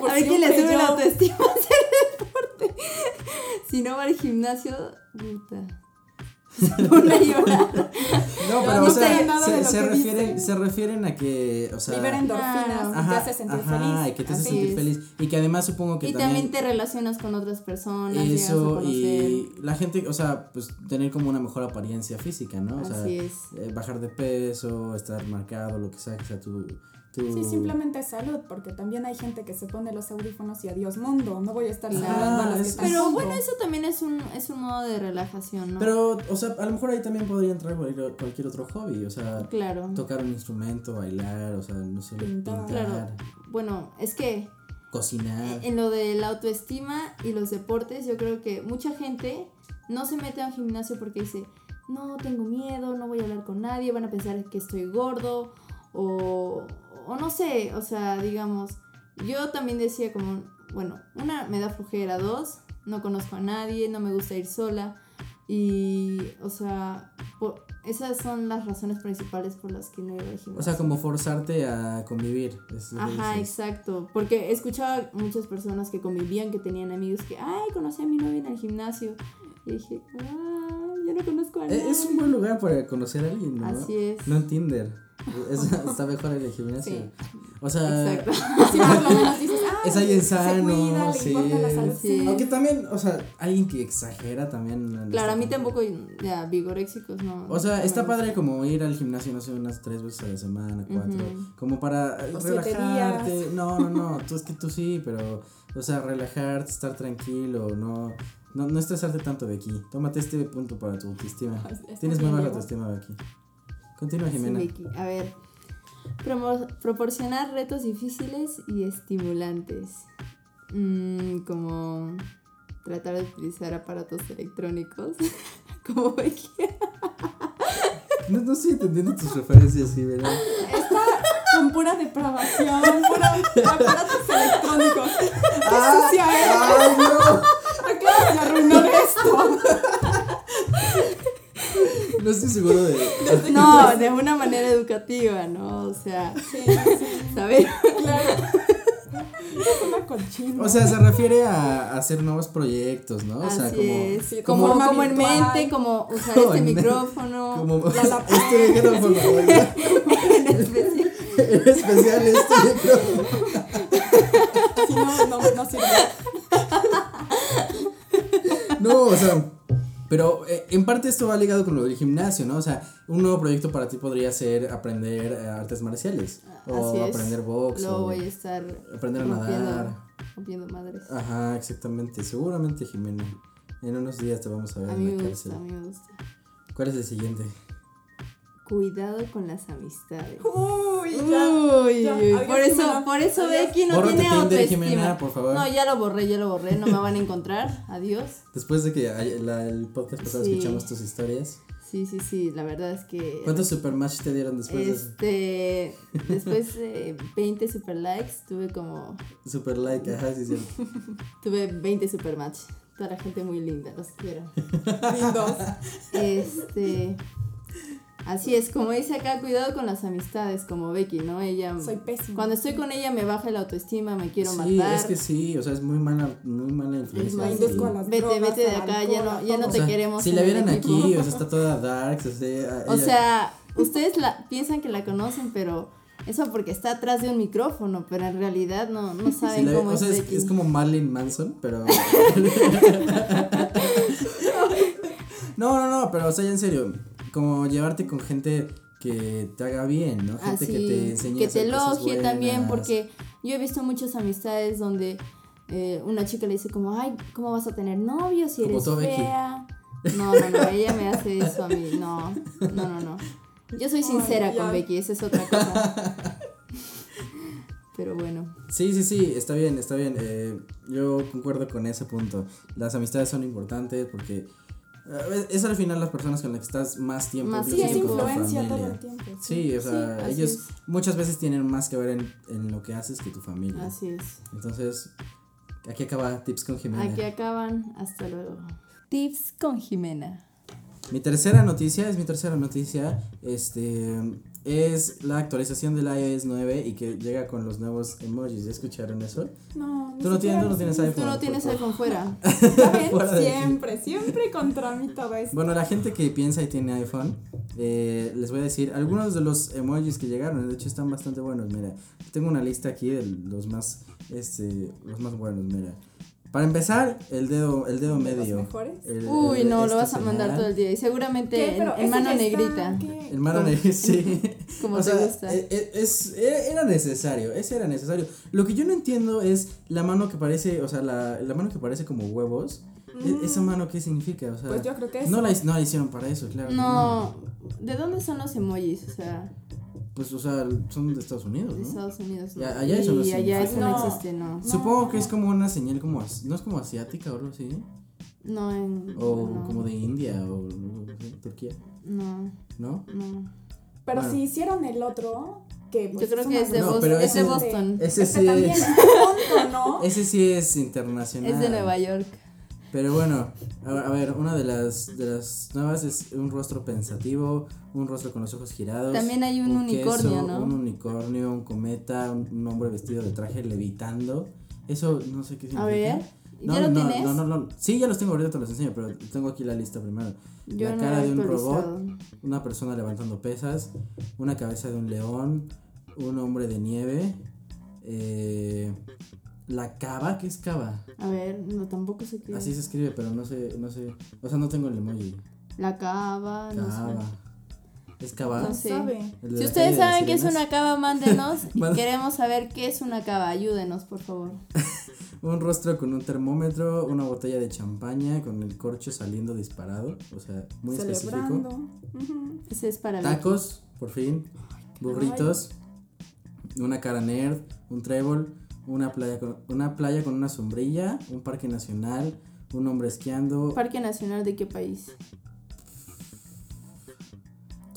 [SPEAKER 3] por
[SPEAKER 2] a Becky
[SPEAKER 3] siempre
[SPEAKER 2] le sube la
[SPEAKER 3] yo-
[SPEAKER 2] autoestima hacer deporte. Si no va al gimnasio, puta. Una llorada.
[SPEAKER 1] No, pero
[SPEAKER 3] no
[SPEAKER 1] o
[SPEAKER 3] sé
[SPEAKER 1] sea,
[SPEAKER 3] nada
[SPEAKER 1] se,
[SPEAKER 3] de lo
[SPEAKER 1] se
[SPEAKER 3] que
[SPEAKER 1] refieren,
[SPEAKER 3] dicen.
[SPEAKER 1] se refieren a que, o sea,
[SPEAKER 3] libera endorfinas y te
[SPEAKER 1] ajá,
[SPEAKER 3] hace sentir
[SPEAKER 1] ajá,
[SPEAKER 3] feliz.
[SPEAKER 1] y que te hace
[SPEAKER 2] Así
[SPEAKER 1] sentir
[SPEAKER 2] es.
[SPEAKER 1] feliz y que además supongo que
[SPEAKER 2] Y también te relacionas con otras personas. llegas a
[SPEAKER 1] eso
[SPEAKER 2] conocer.
[SPEAKER 1] y la gente, o sea, pues tener como una mejor apariencia física, ¿no? O sea,
[SPEAKER 2] Así es.
[SPEAKER 1] eh, bajar de peso, estar marcado, lo que sea, que sea tu, tu-
[SPEAKER 3] Sí, simplemente salud, porque también hay gente que se pone los audífonos y adiós mundo, no voy a estar
[SPEAKER 1] Ah,
[SPEAKER 3] saludando a los que
[SPEAKER 1] es-
[SPEAKER 3] están
[SPEAKER 2] Pero
[SPEAKER 3] junto.
[SPEAKER 2] bueno, eso también es un, es un modo de relajación, ¿no?
[SPEAKER 1] Pero, o sea, a lo mejor ahí también podría entrar cualquier cualquier otro hobby, o sea,
[SPEAKER 2] claro.
[SPEAKER 1] tocar un instrumento, bailar, o sea, no sé,
[SPEAKER 3] Pintar.
[SPEAKER 1] pintar,
[SPEAKER 2] Claro. Eh, Bueno, es que
[SPEAKER 1] cocinar.
[SPEAKER 2] En lo de la autoestima y los deportes, yo creo que mucha gente no se mete a un gimnasio porque dice, no, tengo miedo, no voy a hablar con nadie, van a pensar que estoy gordo o, o no sé, o sea, digamos, yo también decía como, bueno, una, me da flojera, dos, no conozco a nadie, no me gusta ir sola. Y, o sea, por- esas son las razones principales por las que no iba al gimnasio.
[SPEAKER 1] O sea, como forzarte a convivir. es lo que
[SPEAKER 2] eh, Ajá,
[SPEAKER 1] dices. Eh,
[SPEAKER 2] exacto. Porque escuchaba muchas personas que convivían, que tenían amigos que, ay, conocí a mi novia en el gimnasio. Y dije, ah, ya no conozco a nadie.
[SPEAKER 1] E- Es un buen lugar para conocer a alguien, ¿no?
[SPEAKER 2] Así es.
[SPEAKER 1] No en Tinder. Es- está mejor en el gimnasio.
[SPEAKER 2] Sí.
[SPEAKER 1] O sea,
[SPEAKER 2] Exacto.
[SPEAKER 3] Sí, por lo menos dices, "Ay,
[SPEAKER 1] Es alguien
[SPEAKER 3] se
[SPEAKER 1] sano,
[SPEAKER 3] cuida, le
[SPEAKER 1] sí.
[SPEAKER 3] importa la salud,
[SPEAKER 2] Sí.
[SPEAKER 3] sí.
[SPEAKER 1] aunque también, o sea, alguien que exagera también. en
[SPEAKER 2] Claro, a
[SPEAKER 1] este
[SPEAKER 2] mí
[SPEAKER 1] punto.
[SPEAKER 2] tampoco, ya, vigoréxicos, no.
[SPEAKER 1] O sea,
[SPEAKER 2] no
[SPEAKER 1] está
[SPEAKER 2] me gusta.
[SPEAKER 1] padre como ir al gimnasio, no sé, unas tres veces a la semana, cuatro.
[SPEAKER 2] Ujú.
[SPEAKER 1] Como para eh,
[SPEAKER 3] O siete
[SPEAKER 1] relajarte. No, no, no. Tú es que tú sí, pero. O sea, relajarte, estar tranquilo, no. No, no estresarte tanto de aquí. Tómate este punto para tu autoestima.
[SPEAKER 3] Está
[SPEAKER 1] Tienes muy
[SPEAKER 3] bien,
[SPEAKER 1] baja
[SPEAKER 3] Diego.
[SPEAKER 1] autoestima de aquí. Continúa,
[SPEAKER 2] Sí,
[SPEAKER 1] Jimena.
[SPEAKER 2] Vicky. A ver. promo- proporcionar retos difíciles y estimulantes. Mm, como tratar de utilizar aparatos electrónicos. como Vicky.
[SPEAKER 1] No, no estoy entendiendo tus referencias, Jimena.
[SPEAKER 3] Con pura depravación, pura aparatos electrónicos. ¡Qué sucia eres!
[SPEAKER 1] Ah, ¡Ay, no!
[SPEAKER 3] Acabas de arruinar esto.
[SPEAKER 1] No estoy seguro de. pues,
[SPEAKER 2] No, de una manera educativa, ¿no? O sea,
[SPEAKER 3] Sí,
[SPEAKER 2] saber.
[SPEAKER 3] claro. Es una cochina.
[SPEAKER 1] O sea, se refiere a, a hacer nuevos proyectos, ¿no? O sea,
[SPEAKER 2] así
[SPEAKER 1] como.
[SPEAKER 2] es.
[SPEAKER 3] sí,
[SPEAKER 2] como,
[SPEAKER 3] forma
[SPEAKER 2] como en
[SPEAKER 3] virtual.
[SPEAKER 2] mente, como usar
[SPEAKER 1] Como
[SPEAKER 2] este
[SPEAKER 1] en-
[SPEAKER 2] micrófono.
[SPEAKER 1] Como.
[SPEAKER 3] La lap-
[SPEAKER 1] Este micrófono, ¿verdad?
[SPEAKER 2] en especial.
[SPEAKER 1] En especial este micrófono.
[SPEAKER 3] Si no, no, no sirve.
[SPEAKER 1] No, o sea. Pero eh, en parte esto va ligado con lo del gimnasio, ¿no? O sea, un nuevo proyecto para ti podría ser aprender eh, artes marciales. O
[SPEAKER 2] Ah, Así es.
[SPEAKER 1] aprender box.
[SPEAKER 2] Luego
[SPEAKER 1] o
[SPEAKER 2] voy a estar
[SPEAKER 1] aprender a
[SPEAKER 2] rompiendo-
[SPEAKER 1] nadar.
[SPEAKER 2] rompiendo madres.
[SPEAKER 1] Ajá, exactamente. Seguramente, Jimena. En unos días te vamos a ver
[SPEAKER 2] A mí
[SPEAKER 1] en la
[SPEAKER 2] me
[SPEAKER 1] cárcel.
[SPEAKER 2] gusta, a mí me gusta.
[SPEAKER 1] ¿Cuál es el siguiente?
[SPEAKER 2] Cuidado con las amistades.
[SPEAKER 3] Uy, ya.
[SPEAKER 2] Uy,
[SPEAKER 3] ya,
[SPEAKER 2] uy,
[SPEAKER 3] adiós,
[SPEAKER 2] por eso,
[SPEAKER 3] Jimena.
[SPEAKER 2] por eso
[SPEAKER 3] Adiós.
[SPEAKER 2] Becky no
[SPEAKER 1] Bórrate
[SPEAKER 2] tiene
[SPEAKER 1] Tinder,
[SPEAKER 2] autoestima.
[SPEAKER 1] Jimena, por favor.
[SPEAKER 2] No, ya lo borré, ya lo borré, no me van a encontrar. Adiós.
[SPEAKER 1] Después de que ay- la- el podcast pasado
[SPEAKER 2] Sí.
[SPEAKER 1] escuchamos tus historias.
[SPEAKER 2] Sí, sí, sí, la verdad es que
[SPEAKER 1] ¿Cuántos supermatch te dieron después de eso?
[SPEAKER 2] este después de 20 super likes tuve como
[SPEAKER 1] Super like, ajá, sí, sí.
[SPEAKER 2] tuve 20 super match. Toda la gente muy linda, los quiero.
[SPEAKER 3] Lindos.
[SPEAKER 2] Este Así es, como dice acá, cuidado con las amistades, como Becky, ¿no? Ella
[SPEAKER 3] Soy pésima.
[SPEAKER 2] Cuando estoy con ella me baja la autoestima, me quiero
[SPEAKER 1] sí,
[SPEAKER 2] matar.
[SPEAKER 1] es que sí, o sea, es muy mala, muy mala influencia.
[SPEAKER 2] más,
[SPEAKER 1] sí.
[SPEAKER 3] induzco a las
[SPEAKER 2] Vete,
[SPEAKER 3] drogas,
[SPEAKER 2] vete de
[SPEAKER 3] al
[SPEAKER 2] acá, ya no- ya
[SPEAKER 3] a
[SPEAKER 2] no
[SPEAKER 1] O
[SPEAKER 2] te
[SPEAKER 1] sea,
[SPEAKER 2] queremos
[SPEAKER 1] Si
[SPEAKER 2] en
[SPEAKER 1] la
[SPEAKER 2] el
[SPEAKER 1] vieran
[SPEAKER 2] equipo.
[SPEAKER 1] aquí, o sea, está toda dark, o sea,
[SPEAKER 2] O
[SPEAKER 1] ella-
[SPEAKER 2] sea, ustedes la, piensan que la conocen, pero eso porque está atrás de un micrófono, pero en realidad no, no
[SPEAKER 1] si
[SPEAKER 2] saben
[SPEAKER 1] la-
[SPEAKER 2] cómo
[SPEAKER 1] o sea,
[SPEAKER 2] es,
[SPEAKER 1] es,
[SPEAKER 2] Becky.
[SPEAKER 1] es como Marilyn Manson, pero. no, no, no, pero o sea, ya en serio, como llevarte con gente que te haga bien, ¿no? Gente
[SPEAKER 2] Así,
[SPEAKER 1] que te enseñe a
[SPEAKER 2] Ah, te
[SPEAKER 1] hacer cosas
[SPEAKER 2] elogie también,
[SPEAKER 1] buenas.
[SPEAKER 2] porque yo he visto muchas amistades donde eh, una chica le dice como, ay, ¿cómo vas a tener novio si
[SPEAKER 1] Como
[SPEAKER 2] eres
[SPEAKER 1] tú, Becky.
[SPEAKER 2] fea? No, no, no, ella me hace eso a mí, no, no, no, no. Yo soy
[SPEAKER 3] Ay,
[SPEAKER 2] sincera
[SPEAKER 3] ya.
[SPEAKER 2] con Becky, esa es otra cosa. Pero bueno,
[SPEAKER 1] Sí, sí, sí, está bien, está bien. eh, yo concuerdo con ese punto. Las amistades son importantes porque eh, es al final las personas con las que estás más tiempo.
[SPEAKER 2] Más
[SPEAKER 3] Sí,
[SPEAKER 1] inclusive
[SPEAKER 3] es
[SPEAKER 2] tiempo.
[SPEAKER 1] con tu
[SPEAKER 3] influencia todo el
[SPEAKER 1] familia.
[SPEAKER 3] tiempo.
[SPEAKER 1] Sí, o sea,
[SPEAKER 2] Sí, así
[SPEAKER 1] ellos
[SPEAKER 2] es.
[SPEAKER 1] muchas veces tienen más que ver en, en lo que haces que tu familia.
[SPEAKER 2] así es.
[SPEAKER 1] Entonces, aquí acaba Tips con Jimena.
[SPEAKER 2] Aquí acaban, hasta luego. Tips con Jimena.
[SPEAKER 1] Mi tercera noticia, es mi tercera noticia, este, es la actualización del iOS 9 y que llega con los nuevos emojis. ¿Ya escucharon eso?
[SPEAKER 3] No, ni
[SPEAKER 1] Tú no tienes, tú
[SPEAKER 3] siquiera
[SPEAKER 1] no tienes iPhone.
[SPEAKER 2] Tú no
[SPEAKER 1] por
[SPEAKER 2] tienes
[SPEAKER 1] favor.
[SPEAKER 2] iPhone fuera.
[SPEAKER 3] Está bien,
[SPEAKER 1] Fuera de aquí.
[SPEAKER 3] siempre, siempre contra mí todo esto.
[SPEAKER 1] Bueno, la gente que piensa y tiene iPhone, eh, les voy a decir algunos de los emojis que llegaron. De hecho, están bastante buenos. Mira, tengo una lista aquí de los más, este, los más buenos. Mira, para empezar, el dedo, el dedo
[SPEAKER 3] ¿De los
[SPEAKER 1] medio.
[SPEAKER 3] mejores?
[SPEAKER 1] El-
[SPEAKER 2] Uy,
[SPEAKER 1] el-
[SPEAKER 2] no, lo
[SPEAKER 1] este
[SPEAKER 2] vas a mandar
[SPEAKER 1] pulgar.
[SPEAKER 2] todo el día. Y
[SPEAKER 3] ¿Qué?
[SPEAKER 2] seguramente en,
[SPEAKER 3] Pero
[SPEAKER 2] en
[SPEAKER 3] ese
[SPEAKER 2] mano
[SPEAKER 3] ya está,
[SPEAKER 2] negrita.
[SPEAKER 3] ¿qué?
[SPEAKER 1] El mano
[SPEAKER 2] Como-
[SPEAKER 1] negro, sí.
[SPEAKER 2] como
[SPEAKER 1] O
[SPEAKER 2] te
[SPEAKER 1] sea,
[SPEAKER 2] gusta.
[SPEAKER 1] e- e- es- e- era necesario, ese era necesario. Lo que yo no entiendo es la mano que parece, o sea, la, la mano que parece como huevos. E-
[SPEAKER 3] Mm.
[SPEAKER 1] ¿Esa mano qué significa? O sea,
[SPEAKER 3] Pues yo creo que es.
[SPEAKER 1] no, la, hi- no la hicieron para eso, claro. que
[SPEAKER 2] No, ¿de dónde son los emojis? O sea,
[SPEAKER 1] Pues, o sea, son de Estados Unidos,
[SPEAKER 2] de
[SPEAKER 1] ¿no?
[SPEAKER 2] Estados Unidos.
[SPEAKER 1] Ya- allá eso no
[SPEAKER 2] y allá
[SPEAKER 1] significa
[SPEAKER 2] eso no
[SPEAKER 3] nada.
[SPEAKER 2] existe, no.
[SPEAKER 1] Supongo que es como una señal como as- no es como asiática o algo así,
[SPEAKER 2] No, en,
[SPEAKER 1] o
[SPEAKER 2] no,
[SPEAKER 1] como de India o no sé, Turquía,
[SPEAKER 2] no,
[SPEAKER 1] ¿no?
[SPEAKER 2] no.
[SPEAKER 3] Pero
[SPEAKER 1] Bueno.
[SPEAKER 3] si hicieron el otro, que pues,
[SPEAKER 2] Yo creo que
[SPEAKER 3] una
[SPEAKER 2] es de,
[SPEAKER 1] No,
[SPEAKER 2] Boston,
[SPEAKER 1] pero
[SPEAKER 2] es de
[SPEAKER 1] ese-
[SPEAKER 2] Boston. Es,
[SPEAKER 1] Ese
[SPEAKER 3] Este
[SPEAKER 1] sí
[SPEAKER 3] también
[SPEAKER 1] es,
[SPEAKER 3] es tonto, ¿no?
[SPEAKER 1] ese sí es internacional.
[SPEAKER 2] de Nueva York.
[SPEAKER 1] Pero bueno, a, a ver, una de las, de las nuevas es un rostro pensativo, un rostro con los ojos girados.
[SPEAKER 2] También hay un unicornio,
[SPEAKER 1] queso,
[SPEAKER 2] ¿no?
[SPEAKER 1] Un unicornio, un cometa, un, un hombre vestido de traje levitando. Eso no sé qué significa.
[SPEAKER 2] A ver,
[SPEAKER 1] No,
[SPEAKER 2] ¿ya lo
[SPEAKER 1] no,
[SPEAKER 2] tienes?
[SPEAKER 1] No, no, no. Sí, ya los tengo, ahorita te los enseño, pero tengo aquí la lista primero.
[SPEAKER 2] Yo
[SPEAKER 1] la
[SPEAKER 2] no
[SPEAKER 1] cara
[SPEAKER 2] he
[SPEAKER 1] de un
[SPEAKER 2] actualizado.
[SPEAKER 1] robot, una persona levantando pesas, una cabeza de un león, un hombre de nieve, eh, la cava, ¿qué es cava?
[SPEAKER 2] A ver, no, tampoco sé qué.
[SPEAKER 1] Así se escribe, pero no sé, no sé, o sea, no tengo el emoji.
[SPEAKER 2] La cava, Ah, no
[SPEAKER 1] Cava.
[SPEAKER 2] sé.
[SPEAKER 1] Es cava.
[SPEAKER 2] No
[SPEAKER 3] No
[SPEAKER 2] sé.
[SPEAKER 3] Pues, sabe.
[SPEAKER 1] el de
[SPEAKER 2] Si
[SPEAKER 1] la
[SPEAKER 2] ustedes
[SPEAKER 1] serie de las
[SPEAKER 2] saben qué es
[SPEAKER 1] sirenas.
[SPEAKER 2] una cava, mándenos.
[SPEAKER 1] Manda-
[SPEAKER 2] Queremos saber qué es una cava. Ayúdenos, por favor.
[SPEAKER 1] Un rostro con un termómetro, una botella de champaña con el corcho saliendo disparado, o sea, muy
[SPEAKER 3] Celebrando.
[SPEAKER 1] específico.
[SPEAKER 3] Ujú.
[SPEAKER 2] Ese es para mí.
[SPEAKER 1] Tacos, por fin. Burritos. Una cara nerd. Un trébol. Una playa, con, una playa con una sombrilla. Un parque nacional. Un hombre esquiando.
[SPEAKER 2] ¿Parque Nacional de qué país?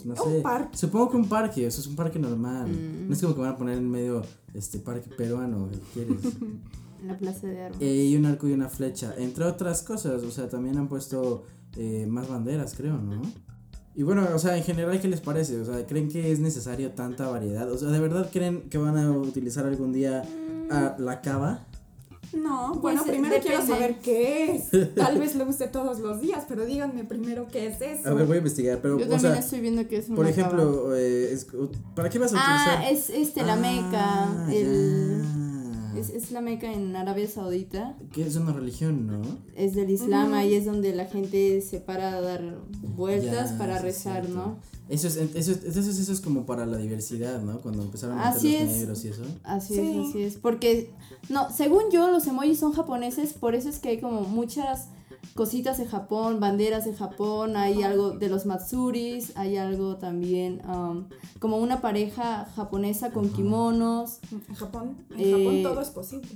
[SPEAKER 1] No
[SPEAKER 3] Un
[SPEAKER 1] sé.
[SPEAKER 3] parque.
[SPEAKER 1] Supongo que un parque. Eso es un parque normal.
[SPEAKER 2] Mm.
[SPEAKER 1] No es como que van a poner en medio este parque peruano. ¿qué quieres?
[SPEAKER 2] En la Plaza de Armas.
[SPEAKER 1] Eh, y un arco y una flecha, entre otras cosas. O sea, también han puesto eh, más banderas, creo, ¿no? Y bueno, o sea, en general, ¿qué les parece? O sea, ¿creen que es necesario tanta variedad? O sea, ¿de verdad creen que van a utilizar algún día a la cava?
[SPEAKER 3] No, bueno,
[SPEAKER 2] Pues,
[SPEAKER 3] primero quiero
[SPEAKER 2] depende.
[SPEAKER 3] saber qué es. Tal vez lo use todos los días, pero díganme primero qué es eso.
[SPEAKER 1] A ver, voy a investigar, pero,
[SPEAKER 2] Yo
[SPEAKER 1] o
[SPEAKER 2] también
[SPEAKER 1] sea,
[SPEAKER 2] estoy viendo que es una
[SPEAKER 1] por
[SPEAKER 2] cava.
[SPEAKER 1] ejemplo, eh, es- ¿para qué vas a utilizar?
[SPEAKER 2] Ah, es este, la Meca.
[SPEAKER 1] Ah,
[SPEAKER 2] el-
[SPEAKER 1] ya.
[SPEAKER 2] es, es la Meca en Arabia Saudita.
[SPEAKER 1] Que es una religión, ¿no?
[SPEAKER 2] Es del Islam, ahí es donde la gente se para a dar vueltas
[SPEAKER 1] Ya,
[SPEAKER 2] para
[SPEAKER 1] sí,
[SPEAKER 2] rezar,
[SPEAKER 1] cierto.
[SPEAKER 2] ¿no?
[SPEAKER 1] Eso es, eso, es, eso, es, eso es como para la diversidad, ¿no? Cuando empezaron a meter
[SPEAKER 2] Así
[SPEAKER 1] los
[SPEAKER 2] es.
[SPEAKER 1] negros y eso.
[SPEAKER 2] Así
[SPEAKER 3] Sí.
[SPEAKER 2] es, así es. Porque, no, según yo, los emojis son japoneses, por eso es que hay como muchas cositas de Japón, banderas de Japón, hay algo de los Matsuris, hay algo también um, como una pareja japonesa con
[SPEAKER 1] Ajá.
[SPEAKER 2] kimonos.
[SPEAKER 3] En Japón, en
[SPEAKER 2] Eh,
[SPEAKER 3] Japón todo es posible.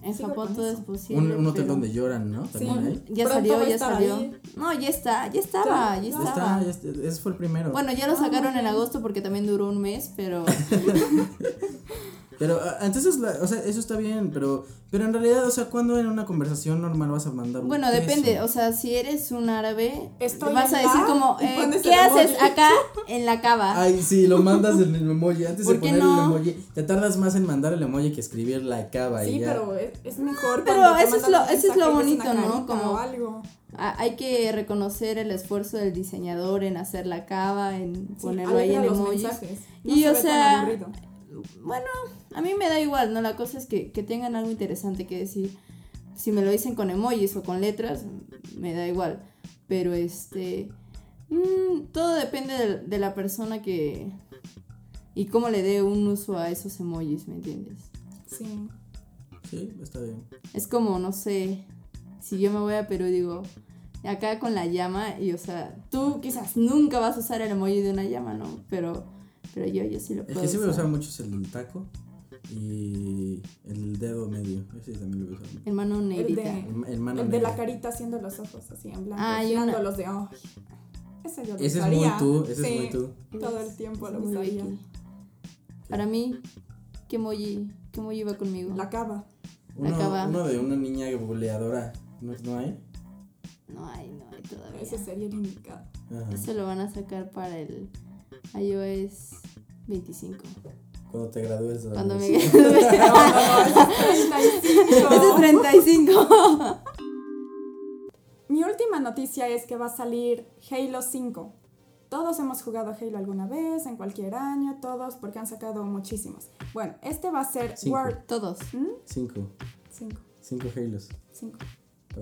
[SPEAKER 2] En
[SPEAKER 3] Sigo
[SPEAKER 2] Japón
[SPEAKER 3] con
[SPEAKER 2] todo
[SPEAKER 3] eso.
[SPEAKER 2] es posible.
[SPEAKER 1] Un, un hotel
[SPEAKER 2] pero-
[SPEAKER 1] donde lloran, ¿no? También hay.
[SPEAKER 2] Ya
[SPEAKER 3] Pronto va
[SPEAKER 2] salió,
[SPEAKER 3] a
[SPEAKER 2] ya
[SPEAKER 3] estar
[SPEAKER 2] salió.
[SPEAKER 3] ahí.
[SPEAKER 2] No, ya está, ya estaba, ya,
[SPEAKER 3] Ya
[SPEAKER 1] Ya
[SPEAKER 2] estaba.
[SPEAKER 1] está, ya está, ese fue el primero.
[SPEAKER 2] Bueno, ya lo
[SPEAKER 3] Ah,
[SPEAKER 2] sacaron
[SPEAKER 3] muy
[SPEAKER 2] en
[SPEAKER 3] bien.
[SPEAKER 2] agosto porque también duró un mes, pero
[SPEAKER 1] Pero ah, entonces, la- o sea, eso está bien, pero pero en realidad, o sea, ¿cuándo en una conversación normal vas a mandar un
[SPEAKER 2] bueno, depende.
[SPEAKER 1] queso?
[SPEAKER 2] O sea, si eres un árabe,
[SPEAKER 3] Estoy
[SPEAKER 2] vas a
[SPEAKER 3] en
[SPEAKER 2] decir
[SPEAKER 3] la-
[SPEAKER 2] como,
[SPEAKER 3] y
[SPEAKER 2] eh,
[SPEAKER 3] pones
[SPEAKER 2] ¿qué
[SPEAKER 3] el emoji".
[SPEAKER 2] haces acá en la cava?
[SPEAKER 1] Ay, sí, lo mandas en el emoji. Antes de
[SPEAKER 2] ¿Por qué
[SPEAKER 1] poner
[SPEAKER 2] no?
[SPEAKER 1] el emoji, te tardas más en mandar el emoji que escribir la cava y
[SPEAKER 3] Sí,
[SPEAKER 1] ya.
[SPEAKER 3] pero es, es mejor.
[SPEAKER 2] Ah, pero
[SPEAKER 3] cuando te
[SPEAKER 2] eso es
[SPEAKER 3] mandan
[SPEAKER 2] lo-
[SPEAKER 3] un
[SPEAKER 2] eso es
[SPEAKER 3] mensaje
[SPEAKER 2] lo
[SPEAKER 3] y ves una
[SPEAKER 2] bonito, ¿no?
[SPEAKER 3] carita
[SPEAKER 2] Como-
[SPEAKER 3] o algo.
[SPEAKER 2] Ah, hay que reconocer el esfuerzo del diseñor en hacer la cava, en
[SPEAKER 3] Sí,
[SPEAKER 2] ponerlo ahí en
[SPEAKER 3] alegra los
[SPEAKER 2] emojis.
[SPEAKER 3] mensajes. No
[SPEAKER 2] Y,
[SPEAKER 3] se
[SPEAKER 2] o
[SPEAKER 3] ve tan
[SPEAKER 2] sea,
[SPEAKER 3] aburrido.
[SPEAKER 2] Bueno, a mí me da igual, ¿no? La cosa es que, que tengan algo interesante que decir. Si me lo dicen con emojis o con letras, me da igual. Pero este. mm, todo depende de, de la persona que. Y cómo le dé un uso a esos emojis, ¿me entiendes?
[SPEAKER 3] Sí.
[SPEAKER 2] Ah,
[SPEAKER 1] Sí, está bien.
[SPEAKER 2] Es como, no sé, si yo me voy a Perú y digo, acá con la llama, y o sea, tú quizás nunca vas a usar el emoji de una llama, ¿no? Pero, pero yo, yo sí lo
[SPEAKER 1] El
[SPEAKER 2] puedo.
[SPEAKER 1] que sí voy a
[SPEAKER 2] usar.
[SPEAKER 1] usar mucho es el del taco y el dedo medio. Ese también lo voy a usar.
[SPEAKER 2] El mano negrita.
[SPEAKER 3] de-
[SPEAKER 1] El, el mano
[SPEAKER 3] El de
[SPEAKER 1] negra.
[SPEAKER 3] la carita haciendo los ojos así en blanco.
[SPEAKER 2] Ah, y
[SPEAKER 3] girando
[SPEAKER 2] una-
[SPEAKER 3] los de ojo. Ese yo lo
[SPEAKER 1] Ese es muy
[SPEAKER 3] usaría.
[SPEAKER 1] tú, ese
[SPEAKER 3] Sí,
[SPEAKER 1] es muy tú.
[SPEAKER 3] Todo el tiempo
[SPEAKER 2] Es
[SPEAKER 3] lo
[SPEAKER 2] Pues, muy
[SPEAKER 3] usaría.
[SPEAKER 2] Vicky. Para mí, ¿qué emoji, qué emoji va conmigo?
[SPEAKER 3] La cava.
[SPEAKER 1] Uno,
[SPEAKER 2] cava.
[SPEAKER 1] uno de una niña buleadora. ¿No, no hay?
[SPEAKER 2] No hay, no hay todavía.
[SPEAKER 3] Ese sería el indicado.
[SPEAKER 1] Ajá.
[SPEAKER 2] Eso lo van a sacar para el iOS 25.
[SPEAKER 1] Cuando te gradúes. de la
[SPEAKER 2] Cuando me
[SPEAKER 1] universidad.
[SPEAKER 3] No, no, no, ese es 35.
[SPEAKER 2] Ese es 35.
[SPEAKER 3] Mi última noticia es que va a salir Halo 5. Todos hemos jugado Halo alguna vez, en cualquier año, todos, porque han sacado muchísimos. Bueno, este va a ser
[SPEAKER 1] Cinco.
[SPEAKER 3] World
[SPEAKER 2] Todos.
[SPEAKER 1] Cinco.
[SPEAKER 3] 5.
[SPEAKER 1] Cinco Halos.
[SPEAKER 3] 5.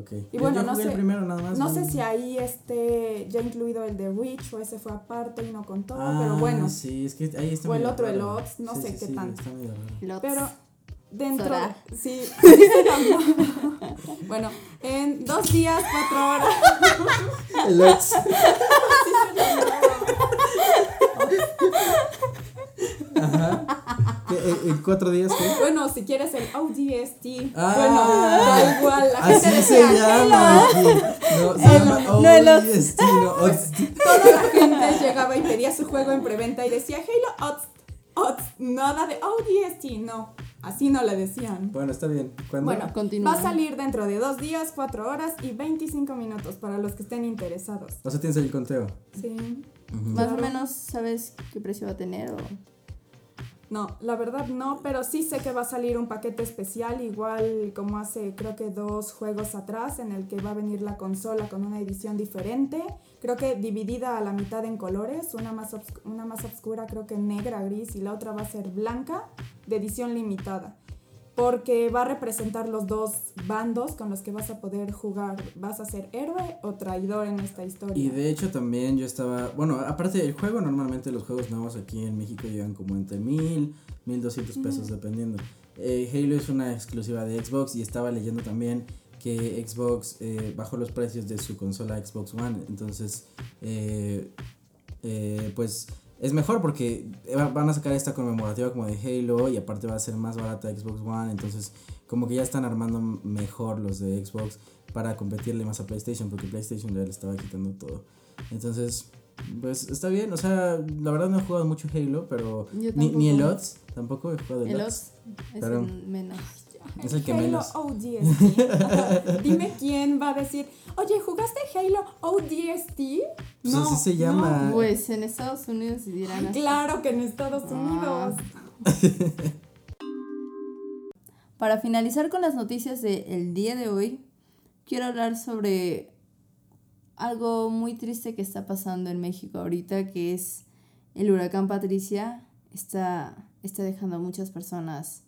[SPEAKER 1] Ok.
[SPEAKER 3] Y bueno,
[SPEAKER 1] Yo
[SPEAKER 3] no
[SPEAKER 1] jugué el
[SPEAKER 3] sé-
[SPEAKER 1] primero nada más.
[SPEAKER 3] No sé si ahí este ya incluido el de Reach o ese fue aparte y no contó,
[SPEAKER 1] Ah,
[SPEAKER 3] pero bueno.
[SPEAKER 1] Sí, es que ahí está.
[SPEAKER 3] O el
[SPEAKER 1] medio
[SPEAKER 3] otro, el
[SPEAKER 1] raro.
[SPEAKER 3] Ops, no
[SPEAKER 1] Sí,
[SPEAKER 3] sé
[SPEAKER 1] sí,
[SPEAKER 3] qué
[SPEAKER 1] sí,
[SPEAKER 3] tanto.
[SPEAKER 1] Está medio raro.
[SPEAKER 2] Lots.
[SPEAKER 3] Pero dentro.
[SPEAKER 2] Sora.
[SPEAKER 3] Sí. sí, bueno, en dos días, cuatro horas.
[SPEAKER 1] El Ops. Ajá. ¿Qué, eh, ¿En cuatro días qué?
[SPEAKER 3] Bueno, si quieres el ODST.
[SPEAKER 1] Ah.
[SPEAKER 3] bueno, da igual. La gente
[SPEAKER 1] Así se
[SPEAKER 3] decía,
[SPEAKER 1] llama. Vicky. No, se llama
[SPEAKER 2] no, el Ops.
[SPEAKER 1] ODST, no, ODST.
[SPEAKER 3] Toda la gente llegaba y pedía su juego en preventa y decía Halo Ops. Ots, nada de ODST, no. Así no le decían.
[SPEAKER 1] Bueno, está bien. ¿Cuándo?
[SPEAKER 3] Bueno,
[SPEAKER 2] Continúa.
[SPEAKER 3] va a salir dentro de dos días, cuatro horas y 25 minutos para los que estén interesados.
[SPEAKER 1] O sea, tienes el conteo.
[SPEAKER 3] Sí.
[SPEAKER 1] Ujú.
[SPEAKER 2] Más o
[SPEAKER 3] Claro.
[SPEAKER 2] menos sabes qué precio va a tener o...
[SPEAKER 3] No, la verdad no, pero sí sé que va a salir un paquete especial, igual como hace creo que dos juegos atrás, en el que va a venir la consola con una edición diferente, creo que dividida a la mitad en colores, una más, obs- una más oscura creo que negra, gris y la otra va a ser blanca, de edición limitada, porque va a representar los dos bandos con los que vas a poder jugar, vas a ser héroe o traidor en esta historia.
[SPEAKER 1] Y de hecho también yo estaba, bueno, aparte del juego, normalmente los juegos nuevos aquí en México llegan como entre mil, mil doscientos pesos dependiendo. Eh, Halo es una exclusiva de Xbox y estaba leyendo también que Xbox eh, bajó los precios de su consola Xbox One, entonces eh, eh, pues es mejor porque va- van a sacar esta conmemorativa como de Halo y aparte va a ser más barata Xbox One, entonces como que ya están armando mejor los de Xbox para competirle más a PlayStation porque PlayStation ya le estaba quitando todo. Entonces, pues está bien, o sea, la verdad no he jugado mucho Halo, pero
[SPEAKER 2] Yo
[SPEAKER 1] ni, ni el
[SPEAKER 2] tampoco.
[SPEAKER 1] Odds, tampoco he jugado el,
[SPEAKER 2] El
[SPEAKER 1] Odds.
[SPEAKER 2] Ox es
[SPEAKER 1] Claro.
[SPEAKER 2] el menos.
[SPEAKER 1] Es el que
[SPEAKER 3] Halo
[SPEAKER 1] menos.
[SPEAKER 3] ODST. Ajá. Dime quién va a decir, oye, ¿jugaste Halo ODST?
[SPEAKER 1] Pues así se llama.
[SPEAKER 2] Pues en Estados Unidos
[SPEAKER 3] no.
[SPEAKER 2] dirán así.
[SPEAKER 3] Claro que en Estados
[SPEAKER 2] Ah.
[SPEAKER 3] Unidos.
[SPEAKER 2] Para finalizar con las noticias del día de hoy, quiero hablar sobre algo muy triste que está pasando en México ahorita, que es el huracán Patricia. Está, está dejando a muchas personas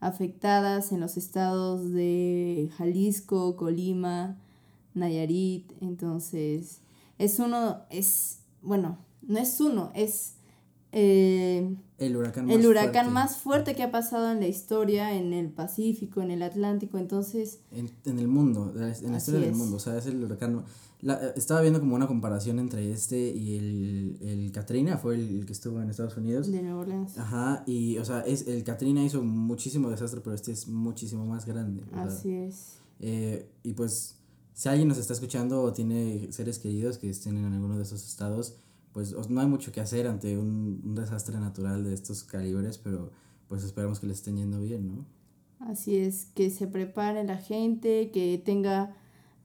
[SPEAKER 2] afectadas en los estados de Jalisco, Colima, Nayarit. Entonces, es uno, es, bueno, no es uno, es... eh,
[SPEAKER 1] El huracán más
[SPEAKER 2] el huracán
[SPEAKER 1] fuerte
[SPEAKER 2] más fuerte que ha pasado en la historia, en el Pacífico, en el Atlántico. Entonces,
[SPEAKER 1] En, en el mundo, en la
[SPEAKER 2] Así
[SPEAKER 1] historia del
[SPEAKER 2] es.
[SPEAKER 1] mundo, o sea, es el huracán. la- eh, estaba viendo como una comparación entre este y el, el Katrina, fue el, el que estuvo en Estados Unidos.
[SPEAKER 2] de Nueva Orleans.
[SPEAKER 1] Ajá, y o sea, es, el Katrina hizo muchísimo desastre, pero este es muchísimo más grande. o sea,
[SPEAKER 2] Así es.
[SPEAKER 1] Eh, y pues, si alguien nos está escuchando o tiene seres queridos que estén en alguno de esos estados, pues os- no hay mucho que hacer ante un, un desastre natural de estos calibres, pero pues esperamos que les estén yendo bien, ¿no?
[SPEAKER 2] Así es, que se prepare la gente, que tenga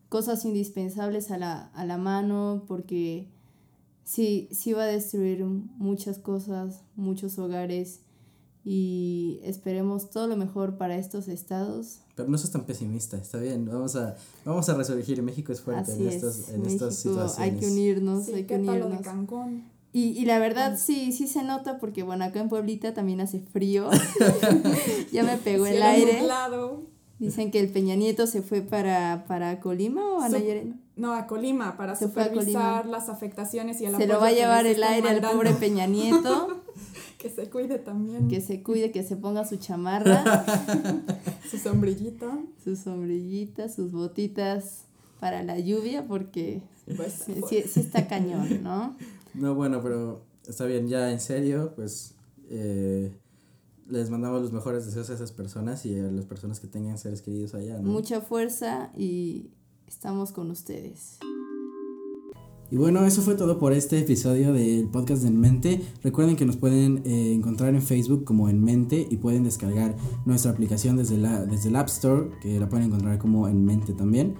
[SPEAKER 2] cosas indispensables a la, a la mano, porque sí, sí va a destruir muchas cosas, muchos hogares. Y esperemos todo lo mejor para estos estados.
[SPEAKER 1] Pero no seas tan pesimista, está bien, vamos a, vamos a resurgir, México es fuerte
[SPEAKER 2] Así
[SPEAKER 1] en,
[SPEAKER 2] es.
[SPEAKER 1] estas, en
[SPEAKER 2] México,
[SPEAKER 1] estas situaciones.
[SPEAKER 2] hay que unirnos,
[SPEAKER 3] Sí,
[SPEAKER 2] hay que
[SPEAKER 3] ¿qué tal lo de
[SPEAKER 2] unirnos.
[SPEAKER 3] Cancún?
[SPEAKER 2] Y, y la
[SPEAKER 3] Mm.
[SPEAKER 2] verdad sí, sí se nota porque bueno, acá en Pueblita también hace frío. ya me pegó el
[SPEAKER 3] Cielo
[SPEAKER 2] aire.
[SPEAKER 3] nublado.
[SPEAKER 2] Dicen que el Peña Nieto se fue para, para Colima o a
[SPEAKER 3] Su-
[SPEAKER 2] Nayarit.
[SPEAKER 3] No, a Colima, para
[SPEAKER 2] Se fue a
[SPEAKER 3] supervisar
[SPEAKER 2] Colima.
[SPEAKER 3] las afectaciones y el
[SPEAKER 2] Se lo
[SPEAKER 3] apoyo
[SPEAKER 2] va a
[SPEAKER 3] que
[SPEAKER 2] llevar
[SPEAKER 3] les
[SPEAKER 2] el
[SPEAKER 3] están
[SPEAKER 2] aire al
[SPEAKER 3] mandando.
[SPEAKER 2] pobre Peña Nieto.
[SPEAKER 3] Que se cuide también.
[SPEAKER 2] que se cuide, que se ponga su chamarra,
[SPEAKER 3] Su sombrillita.
[SPEAKER 2] sus sombrillitas, sus botitas para la lluvia porque
[SPEAKER 3] Pues,
[SPEAKER 2] sí, sí- sí está cañón, ¿no?
[SPEAKER 1] No, bueno, pero está bien, ya en serio, pues eh, les mandamos los mejores deseos a esas personas y a las personas que tengan seres queridos allá, ¿no?
[SPEAKER 2] Mucha fuerza y estamos con ustedes.
[SPEAKER 1] Y bueno, eso fue todo por este episodio del podcast de En Mente. Recuerden que nos pueden eh, encontrar en Facebook como En Mente y pueden descargar nuestra aplicación desde la desde el App Store, que la pueden encontrar como En Mente también.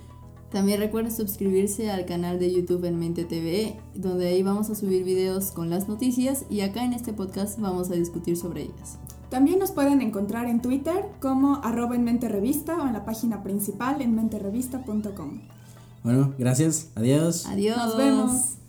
[SPEAKER 2] También recuerden suscribirse al canal de YouTube En Mente TV, donde ahí vamos a subir videos con las noticias y acá en este podcast vamos a discutir sobre ellas.
[SPEAKER 3] También nos pueden encontrar en Twitter como arroba en mente revista o en la página principal en menterevista.com.
[SPEAKER 1] Bueno, gracias. Adiós.
[SPEAKER 2] Adiós.
[SPEAKER 3] Nos vemos.